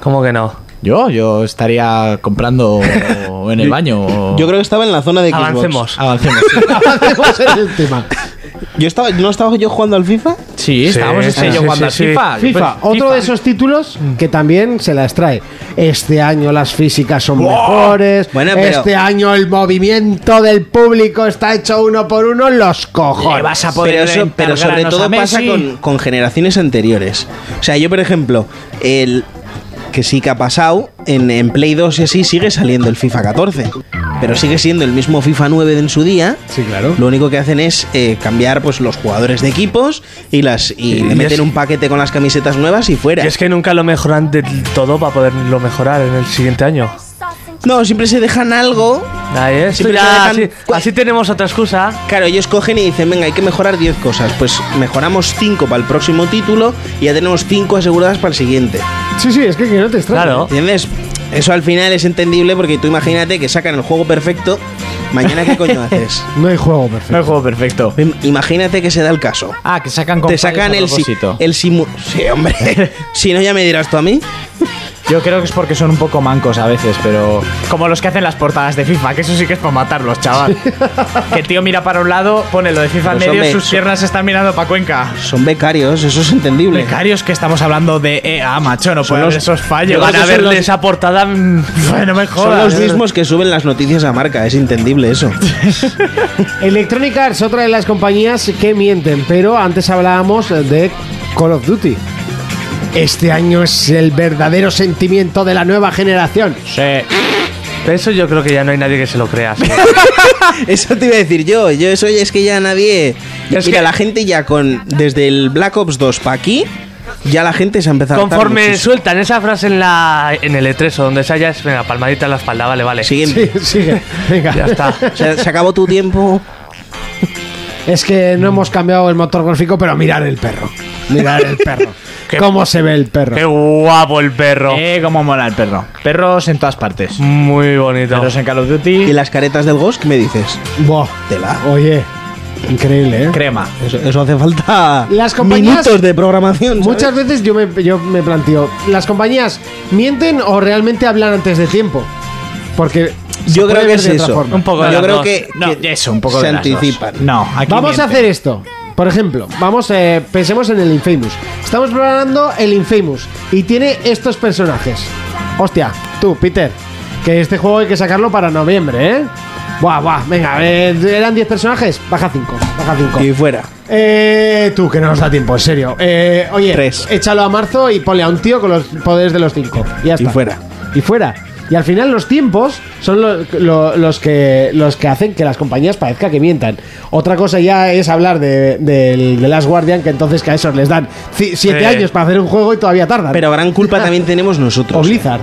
Speaker 6: ¿Cómo que no?
Speaker 4: Yo, yo estaría comprando en el baño. o-
Speaker 5: Yo creo que estaba en la zona de Xbox.
Speaker 6: Avancemos.
Speaker 4: Avancemos.
Speaker 2: Avancemos en el tema.
Speaker 5: Yo estaba, ¿No estaba yo jugando al FIFA?
Speaker 4: Sí, estábamos
Speaker 6: sí,
Speaker 4: en sello
Speaker 6: sí,
Speaker 4: cuando
Speaker 6: sí, sí.
Speaker 4: FIFA.
Speaker 2: FIFA,
Speaker 4: Pues,
Speaker 2: otro
Speaker 4: FIFA.
Speaker 2: de esos títulos que también se las trae. Este año las físicas son mejores.
Speaker 5: Bueno, pero-
Speaker 2: Este año el movimiento del público está hecho uno por uno. Los
Speaker 4: Le
Speaker 2: cojones.
Speaker 4: vas a poder
Speaker 5: Pero, eso-
Speaker 4: reventar
Speaker 5: pero sobre
Speaker 4: granos a
Speaker 5: todo pasa
Speaker 4: Messi.
Speaker 5: con, con generaciones anteriores. O sea, yo, por ejemplo, el que sí que ha pasado, en, en Play 2 y así sigue saliendo el FIFA 14. Pero sigue siendo el mismo FIFA 9 de en su día.
Speaker 2: Sí, claro.
Speaker 5: Lo único que hacen es eh, cambiar pues los jugadores de equipos y las y
Speaker 6: Y
Speaker 5: le meten
Speaker 6: es-
Speaker 5: un paquete con las camisetas nuevas y fuera.
Speaker 6: Y es que nunca lo mejoran del todo para poderlo mejorar en el siguiente año.
Speaker 5: No, siempre se dejan algo.
Speaker 6: Ahí es.
Speaker 5: Siempre
Speaker 6: Ya,
Speaker 5: te dejan-
Speaker 6: así,
Speaker 5: Cu-
Speaker 6: así tenemos otra excusa.
Speaker 5: Claro, ellos cogen y dicen, venga, hay que mejorar 10 cosas. Pues mejoramos 5 para el próximo título y ya tenemos 5 aseguradas para el siguiente.
Speaker 2: Sí, sí, es que, que no te extraña.
Speaker 6: Claro.
Speaker 5: ¿Entiendes? Eso al final es entendible porque tú imagínate que sacan el juego perfecto, mañana qué coño haces.
Speaker 2: No hay juego perfecto.
Speaker 4: No es juego perfecto.
Speaker 5: Im- Imagínate que se da el caso.
Speaker 4: Ah, que sacan con
Speaker 5: Te sacan el, si- el simu... Sí, hombre. si no, ya me dirás tú a mí.
Speaker 4: Yo creo que es porque son un poco mancos a veces, pero. Como los que hacen las portadas de FIFA, que eso sí que es para matarlos, chaval. que el tío mira para un lado, pone lo de FIFA en
Speaker 5: Pues
Speaker 4: medio,
Speaker 5: hombre,
Speaker 4: sus
Speaker 5: so-
Speaker 4: piernas están mirando para Cuenca.
Speaker 5: Son becarios, eso es entendible.
Speaker 4: Becarios que estamos hablando de EA, macho, no puede haber esos fallos.
Speaker 6: Van a
Speaker 4: ver
Speaker 6: verle esa portada. mm,
Speaker 4: Bueno, me
Speaker 5: Son
Speaker 4: jodas.
Speaker 5: los mismos que suben las noticias a marca, es entendible eso.
Speaker 2: Electronic Arts, otra de las compañías que mienten, pero antes hablábamos de Call of Duty. Este año es el verdadero sentimiento de la nueva generación.
Speaker 4: Sí.
Speaker 6: Pero eso yo creo que ya no hay nadie que se lo crea. sí.
Speaker 5: Eso te iba a decir yo. Yo eso ya es que ya nadie.
Speaker 6: Es
Speaker 5: Mira,
Speaker 6: que-
Speaker 5: la gente ya con. Desde el Black Ops 2 para aquí, ya la gente se ha empezado a hartar
Speaker 6: Conforme
Speaker 5: muchísimo.
Speaker 6: sueltan esa frase en la en el E3 o donde sea, ya es, venga, palmadita en la espalda, vale, vale.
Speaker 5: Siguiente.
Speaker 2: Sí, sigue, venga.
Speaker 6: Ya está.
Speaker 5: Se, se acabó tu tiempo.
Speaker 2: Es que no hemos cambiado el motor gráfico, pero mirar el perro. Mirar el perro. ¿Cómo se ve el perro?
Speaker 6: Qué guapo el perro.
Speaker 4: Eh, cómo mola el perro. Perros en todas partes.
Speaker 6: Muy bonito.
Speaker 4: Perros en Call of
Speaker 5: ¿Y
Speaker 4: Duty,
Speaker 5: las caretas del Ghost qué me dices?
Speaker 2: Buah.
Speaker 5: Tela.
Speaker 2: Oye, increíble, ¿eh?
Speaker 4: crema.
Speaker 5: Eso, eso hace falta
Speaker 2: Las compañías-
Speaker 5: Ah, minutos de programación. ¿sabes?
Speaker 2: Muchas veces yo me, yo me planteo, ¿las compañías mienten o realmente hablan antes de tiempo? Porque se
Speaker 5: Yo
Speaker 2: puede
Speaker 5: creo que
Speaker 2: ver
Speaker 5: es
Speaker 2: de otra
Speaker 5: eso.
Speaker 2: forma.
Speaker 6: Un poco de
Speaker 5: Yo
Speaker 6: las
Speaker 5: creo
Speaker 6: dos.
Speaker 5: que,
Speaker 4: No,
Speaker 5: que
Speaker 4: eso, un poco
Speaker 5: se
Speaker 4: de las dos.
Speaker 5: anticipan.
Speaker 4: No, aquí
Speaker 2: Vamos a
Speaker 4: mienten.
Speaker 2: hacer esto. Por ejemplo, vamos, eh, pensemos en el Infamous. Estamos programando el Infamous y tiene estos personajes. Hostia, tú, Peter, que este juego hay que sacarlo para noviembre, ¿eh? Buah, buah, venga, eh, eran 10 personajes, baja 5, baja 5.
Speaker 5: Y fuera.
Speaker 2: Eh, tú, que no nos da tiempo, en serio. Eh, oye,
Speaker 5: Tres.
Speaker 2: échalo a marzo y ponle a un tío con los poderes de los cinco. Y ya está.
Speaker 5: fuera.
Speaker 2: Y fuera. Y al final los tiempos son lo- lo- los, que, los que hacen que las compañías parezca que mientan. Otra cosa ya es hablar de, del de Last Guardian, que entonces que a esos les dan ci- siete
Speaker 6: Sí.
Speaker 2: años para hacer un juego y todavía tardan. Ah,
Speaker 5: Pero gran culpa también tenemos
Speaker 2: O
Speaker 5: nosotros.
Speaker 2: Blizzard.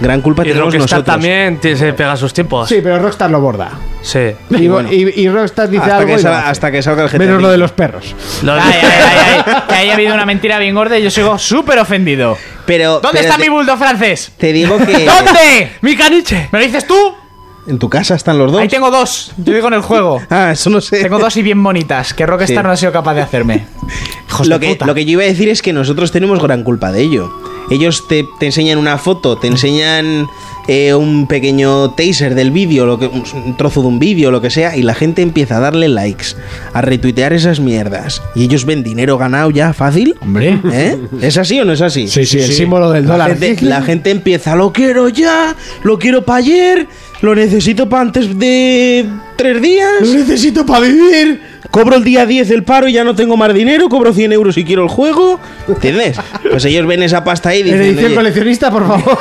Speaker 5: Gran culpa
Speaker 6: y
Speaker 5: tenemos
Speaker 6: Rockstar
Speaker 5: nosotros.
Speaker 6: también te- se pega sus tiempos.
Speaker 2: Sí, pero Rockstar lo borda.
Speaker 6: Sí.
Speaker 2: Y,
Speaker 5: Y bueno.
Speaker 2: y- y Rockstar dice
Speaker 5: Hasta
Speaker 2: algo y
Speaker 5: que,
Speaker 2: lo
Speaker 5: salga,
Speaker 2: hace.
Speaker 5: hasta que salga el GTA.
Speaker 2: Menos lo de los perros.
Speaker 6: Los-
Speaker 4: Ay, ay, ay, ay, Que haya habido una mentira bien gorda y yo sigo súper ofendido.
Speaker 5: Pero,
Speaker 4: ¿Dónde
Speaker 5: pero
Speaker 4: está
Speaker 5: te-
Speaker 4: mi bulldog francés?
Speaker 5: Te digo que.
Speaker 4: ¿Dónde?
Speaker 6: ¡Mi caniche!
Speaker 4: ¿Me lo dices tú?
Speaker 5: ¿En tu casa están los dos?
Speaker 4: Ahí tengo dos. Yo digo en el juego.
Speaker 5: Ah, eso no sé.
Speaker 4: Tengo dos y bien bonitas que Rockstar
Speaker 5: Sí.
Speaker 4: no ha sido capaz de hacerme. Hijos
Speaker 5: lo,
Speaker 4: de
Speaker 5: que,
Speaker 4: puta.
Speaker 5: lo que yo iba a decir es que nosotros tenemos gran culpa de ello. Ellos te, te enseñan una foto, te enseñan eh, un pequeño taser del vídeo, lo que, un un trozo de un vídeo, lo que sea, y la gente empieza a darle likes, a retuitear esas mierdas. Y ellos ven dinero ganado ya fácil.
Speaker 4: Hombre.
Speaker 5: ¿Eh? ¿Es así o no es así?
Speaker 2: Sí, sí, el símbolo del dólar.
Speaker 5: La gente, la gente empieza, lo quiero ya, lo quiero para ayer, lo necesito para antes de tres días. Lo necesito para vivir. Cobro el día 10 el paro y ya no tengo más dinero, cobro 100 euros y quiero el juego. ¿Entiendes? Pues ellos ven esa pasta ahí y dicen...
Speaker 2: Edición
Speaker 5: "Oye,
Speaker 2: coleccionista, por favor.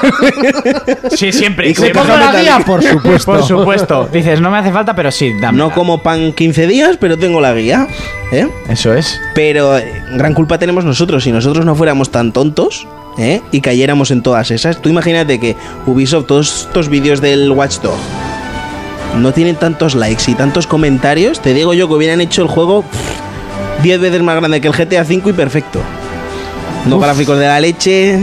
Speaker 4: Sí, siempre.
Speaker 5: Y como
Speaker 4: Siempre.
Speaker 5: compro la guía,
Speaker 2: por supuesto.
Speaker 4: Por supuesto. Dices, no me hace falta, pero sí, dame.
Speaker 5: no como pan 15 días, pero tengo la guía. ¿Eh?
Speaker 4: Eso es.
Speaker 5: Pero eh, gran culpa tenemos nosotros. Si nosotros no fuéramos tan tontos ¿eh? y cayéramos en todas esas, tú imagínate que Ubisoft, todos estos vídeos del Watchdog, no tienen tantos likes y tantos comentarios. Te digo yo que hubieran hecho el juego pff, 10 veces más grande que el GTA V y perfecto. No gráficos de la leche.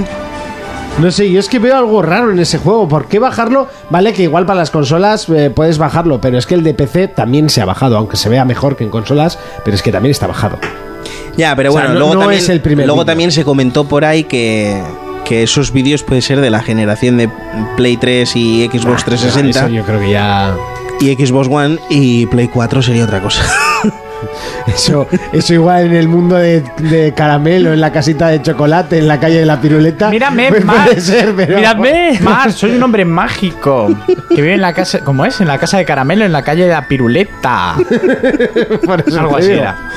Speaker 2: No sé, yo es que veo algo raro en ese juego. ¿Por qué bajarlo? Vale, que igual para las consolas eh, puedes bajarlo, pero es que el de PC también se ha bajado, aunque se vea mejor que en consolas, pero es que también está bajado.
Speaker 5: Ya, pero
Speaker 2: O sea,
Speaker 5: bueno,
Speaker 2: no-
Speaker 5: luego,
Speaker 2: no
Speaker 5: también,
Speaker 2: es el primer
Speaker 5: luego
Speaker 2: vídeo.
Speaker 5: también se comentó por ahí que, que esos vídeos pueden ser de la generación de Play 3 y Xbox 360.
Speaker 2: Eso yo creo que ya.
Speaker 5: y Xbox One y Play 4 sería otra cosa.
Speaker 2: Eso, eso igual en el mundo de, de caramelo, en la casita de chocolate, en la calle de la piruleta.
Speaker 4: Mírame,
Speaker 2: Pues
Speaker 4: Mar.
Speaker 2: puede ser, pero-
Speaker 4: Mírame, Mar. Soy un hombre mágico que vive en la casa. ¿Cómo es? En la casa de caramelo, en la calle de la piruleta.
Speaker 2: Por eso
Speaker 4: Algo
Speaker 2: te
Speaker 4: así
Speaker 2: digo.
Speaker 4: era.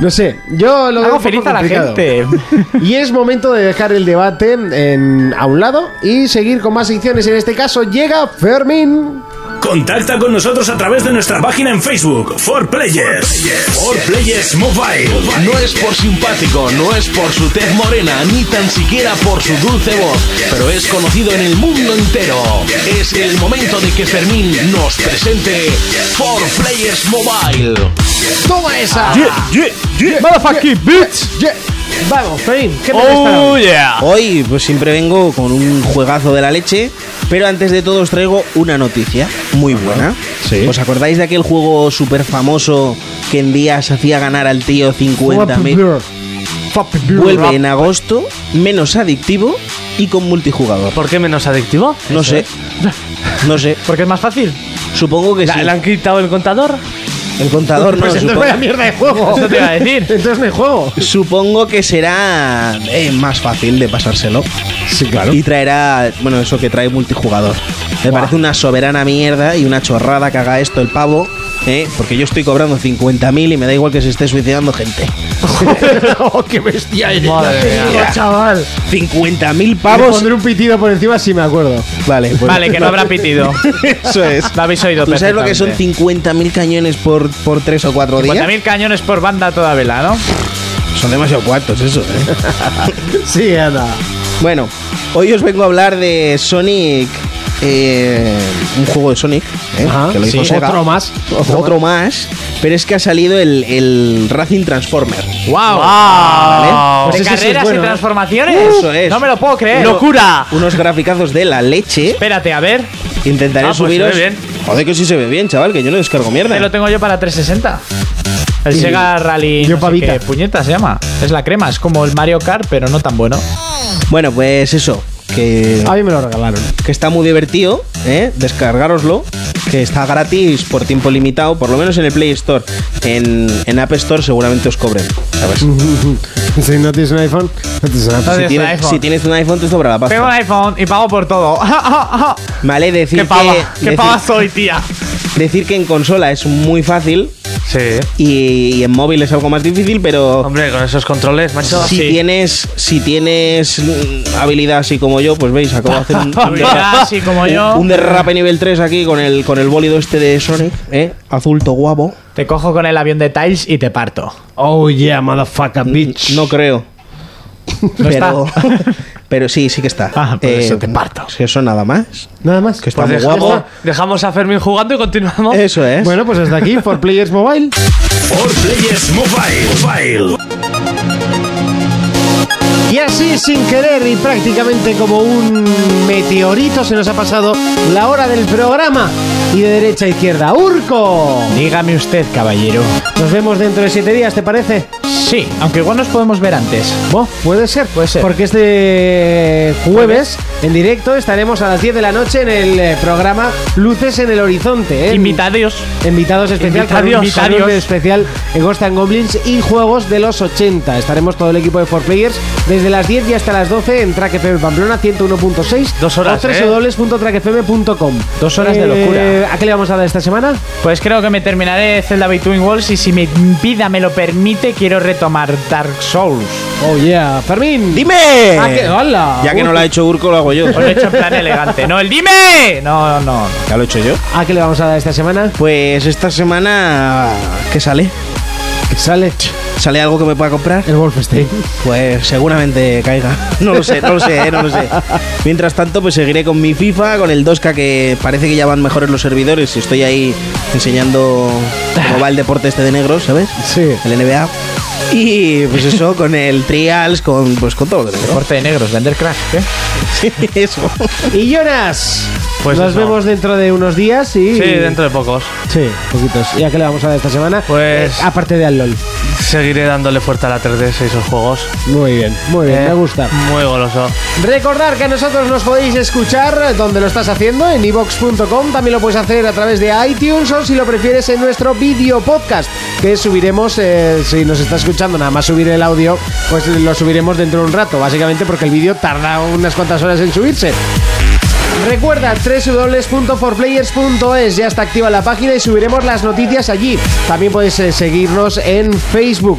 Speaker 2: No sé, yo lo veo
Speaker 4: Hago
Speaker 2: un poco
Speaker 4: feliz a la
Speaker 2: complicado.
Speaker 4: gente.
Speaker 2: Y es momento de dejar el debate en- a un lado y seguir con más secciones. En este caso llega Fermín.
Speaker 1: Contacta con nosotros a través de nuestra página en Facebook, For Players. For Players Mobile.
Speaker 9: No es por simpático, no es por su tez morena, ni tan siquiera por su dulce voz, pero es conocido en el mundo entero. Es el momento de que Fermín nos presente For Players Mobile.
Speaker 2: ¡Toma esa! Yeah. Vamos, Fermín, ¿qué me
Speaker 6: ¡Oh, yeah!
Speaker 5: Hoy pues siempre vengo con un juegazo de la leche, pero antes de todo os traigo una noticia muy buena.
Speaker 2: Sí.
Speaker 5: ¿Os acordáis de aquel juego súper famoso que en días hacía ganar al tío 50 mil? Vuelve en agosto, menos adictivo y con multijugador.
Speaker 6: ¿Por qué menos adictivo?
Speaker 5: No sé. No sé.
Speaker 4: Porque es más fácil.
Speaker 5: Supongo que sí.
Speaker 6: ¿La- ¿Le han quitado el contador?
Speaker 5: El contador no,
Speaker 2: Pues entonces
Speaker 5: supongo.
Speaker 2: vaya mierda de juego.
Speaker 6: Eso te iba a decir.
Speaker 2: Entonces no hay juego.
Speaker 5: Supongo que será eh, más fácil de pasárselo.
Speaker 2: Sí, claro.
Speaker 5: Y traerá, bueno, eso que trae multijugador. Me parece una soberana mierda y una chorrada que haga esto el pavo, ¿eh? porque yo estoy cobrando 50.000 y me da igual que se esté suicidando gente.
Speaker 2: ¡Qué bestia!
Speaker 6: Madre mía.
Speaker 2: chaval!
Speaker 5: 50.000
Speaker 2: Vamos.
Speaker 5: pavos.
Speaker 2: pondré un pitido por encima si me acuerdo.
Speaker 5: Vale, pues-
Speaker 4: Vale, que no habrá pitido.
Speaker 5: eso es.
Speaker 4: Lo habéis oído
Speaker 5: ¿Tú sabes lo que son
Speaker 4: perfectamente.
Speaker 5: 50.000 cañones por, por 3 o 4 días?
Speaker 4: 50.000 cañones por banda a toda vela, ¿no?
Speaker 5: Son demasiado cuartos, eso, ¿eh?
Speaker 2: Sí, anda.
Speaker 5: Bueno, hoy os vengo a hablar de Sonic. eh, un juego de Sonic, ¿eh?
Speaker 2: Ajá,
Speaker 5: que lo
Speaker 2: sí.
Speaker 5: hizo Sega.
Speaker 2: Otro más.
Speaker 5: Otro, más. Pero es que ha salido el, el Racing Transformer.
Speaker 4: ¡Wow!
Speaker 5: Vale.
Speaker 4: ¿De
Speaker 2: Pues ese sí es
Speaker 4: carreras
Speaker 2: bueno,
Speaker 4: y
Speaker 2: ¿eh?
Speaker 4: transformaciones?
Speaker 5: Eso es.
Speaker 4: No me lo puedo creer.
Speaker 6: ¡Locura!
Speaker 5: Unos graficazos de la leche.
Speaker 4: Espérate, a ver.
Speaker 5: Intentaré
Speaker 6: Ah, pues
Speaker 5: subiros.
Speaker 6: se ve bien.
Speaker 5: Joder, que sí se ve bien, chaval, que yo no descargo mierda.
Speaker 4: Te lo tengo yo para 360. El Sega Rally.
Speaker 2: Yo
Speaker 4: no sé
Speaker 2: pavita.
Speaker 4: qué puñeta se llama. Es la crema, es como el Mario Kart, pero no tan bueno.
Speaker 5: Bueno, pues eso. Que,
Speaker 2: A mí me lo regalaron.
Speaker 5: que está muy divertido, ¿eh? Descargaroslo. Que está gratis por tiempo limitado, por lo menos en el Play Store. En, en App Store seguramente os cobren. ¿sabes?
Speaker 2: si no tienes un iPhone, no tienes un
Speaker 4: No
Speaker 2: iPhone.
Speaker 4: tienes un
Speaker 5: Si tienes,
Speaker 4: iPhone.
Speaker 5: si tienes un iPhone, te sobra la pasta.
Speaker 4: Tengo un iPhone y pago por todo.
Speaker 5: Vale, decir
Speaker 4: ¡Qué pava!
Speaker 5: que.
Speaker 4: ¡Qué
Speaker 5: decir-
Speaker 4: pava soy, tía!
Speaker 5: decir que en consola es muy fácil
Speaker 6: Sí.
Speaker 5: y, y en móvil es algo más difícil, pero
Speaker 6: Hombre, con esos controles, macho.
Speaker 5: si
Speaker 4: sí.
Speaker 5: tienes si tienes mm, habilidad así como yo, pues veis, acabo de hacer un, un
Speaker 4: Habilidad así como yo.
Speaker 5: un derrape nivel 3 aquí con el con el bólido este de Sonic, ¿eh? azul to guapo.
Speaker 4: Te cojo con el avión de Tiles y te parto.
Speaker 2: Oh yeah, motherfucker, bitch.
Speaker 5: No creo. pero,
Speaker 4: está.
Speaker 5: pero sí, sí que está.
Speaker 4: Ah, por eso te parto.
Speaker 5: es que Eso nada más.
Speaker 2: Nada más.
Speaker 5: Que está
Speaker 6: Pues
Speaker 5: muy
Speaker 6: dejamos,
Speaker 5: guapo.
Speaker 6: dejamos a Fermín jugando y continuamos.
Speaker 5: Eso es.
Speaker 2: Bueno, pues hasta aquí, For Players Mobile.
Speaker 1: For Players Mobile.
Speaker 2: Y así, sin querer y prácticamente como un meteorito, se nos ha pasado la hora del programa. y de derecha a izquierda. ¡Urco!
Speaker 4: Dígame usted, caballero.
Speaker 2: Nos vemos dentro de siete días, ¿te parece?
Speaker 4: Sí, aunque igual nos podemos ver antes.
Speaker 2: Bo, puede ser,
Speaker 4: Puede ser.
Speaker 2: Porque este jueves, en directo, estaremos a las 10 de la noche en el eh, programa Luces en el Horizonte. ¿eh?
Speaker 4: Invitados.
Speaker 2: Invitados especial, con un
Speaker 4: Invitadios.
Speaker 2: saludo
Speaker 4: Invitadios.
Speaker 2: especial en Ghost and Goblins y juegos de los 80. Estaremos todo el equipo de 4Players desde las 10 y hasta las 12 en Track FM Pamplona 101.6
Speaker 6: Dos horas,
Speaker 2: o
Speaker 6: ¿eh?
Speaker 2: www.trackfm.com.
Speaker 4: Dos horas de locura.
Speaker 2: Eh, ¿A qué le vamos a dar esta semana?
Speaker 4: Pues creo que me terminaré Zelda Between Walls y si mi vida me lo permite, quiero retomar Dark Souls.
Speaker 2: Oh yeah, Fermín.
Speaker 5: ¡Dime!
Speaker 2: Ah, que- hola.
Speaker 5: Ya que no lo ha hecho Urco, lo hago yo.
Speaker 4: Os lo he hecho en plan elegante. No, el dime. No, no.
Speaker 5: ¿Ya lo he hecho yo?
Speaker 2: ¿A qué le vamos a dar esta semana?
Speaker 5: Pues esta semana... ¿Qué sale?
Speaker 2: Que sale
Speaker 5: ¿Sale algo que me pueda comprar?
Speaker 2: el Wolfenstein.
Speaker 5: Pues seguramente caiga. No lo sé, no lo sé, eh, no lo sé. Mientras tanto, pues seguiré con mi FIFA, con el 2K que parece que ya van mejores los servidores y estoy ahí enseñando cómo va el deporte este de negros, ¿sabes?
Speaker 2: Sí.
Speaker 5: El NBA. Y pues eso, con el Trials, con pues con todo lo que tengo.
Speaker 4: Corte de negros, vender crash. ¿eh?
Speaker 5: Sí, eso.
Speaker 2: Y Jonas.
Speaker 6: Pues
Speaker 2: nos
Speaker 6: eso.
Speaker 2: vemos dentro de unos días y
Speaker 6: Sí, dentro de pocos.
Speaker 2: Sí, poquitos. ¿Y a qué le vamos a dar esta semana? Eh,
Speaker 6: Pues-
Speaker 2: aparte de al LOL.
Speaker 6: Seguiré dándole fuerte a la 3DS y esos juegos.
Speaker 2: Muy bien, muy bien,
Speaker 6: Eh,
Speaker 2: me gusta.
Speaker 6: Muy goloso.
Speaker 2: Recordar que a nosotros nos podéis escuchar donde lo estás haciendo, en ibox.com. También lo puedes hacer a través de iTunes o si lo prefieres en nuestro video podcast que subiremos. eh, si nos está escuchando, nada más subir el audio, pues lo subiremos dentro de un rato, básicamente porque el vídeo tarda unas cuantas horas en subirse. Recuerda www.forplayers.es, ya está activa la página y subiremos las noticias allí. También puedes eh, seguirnos en Facebook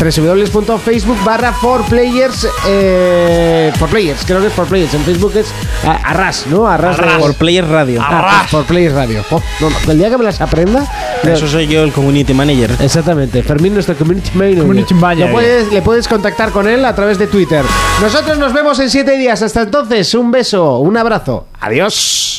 Speaker 2: www.facebook barra 4players eh, 4players, creo que es 4players en Facebook es ah, Arras, ¿no? Arras, de-
Speaker 5: Por Player Radio.
Speaker 2: Ah, por Players Radio Jo, no, no, el día que me las aprenda le-
Speaker 5: Eso soy yo, el community manager.
Speaker 2: Exactamente, Fermín nuestro community manager.
Speaker 4: Community manager.
Speaker 2: Lo puedes- le puedes contactar con él a través de Twitter. Nosotros nos vemos en siete días. Hasta entonces, un beso, un abrazo. Adiós.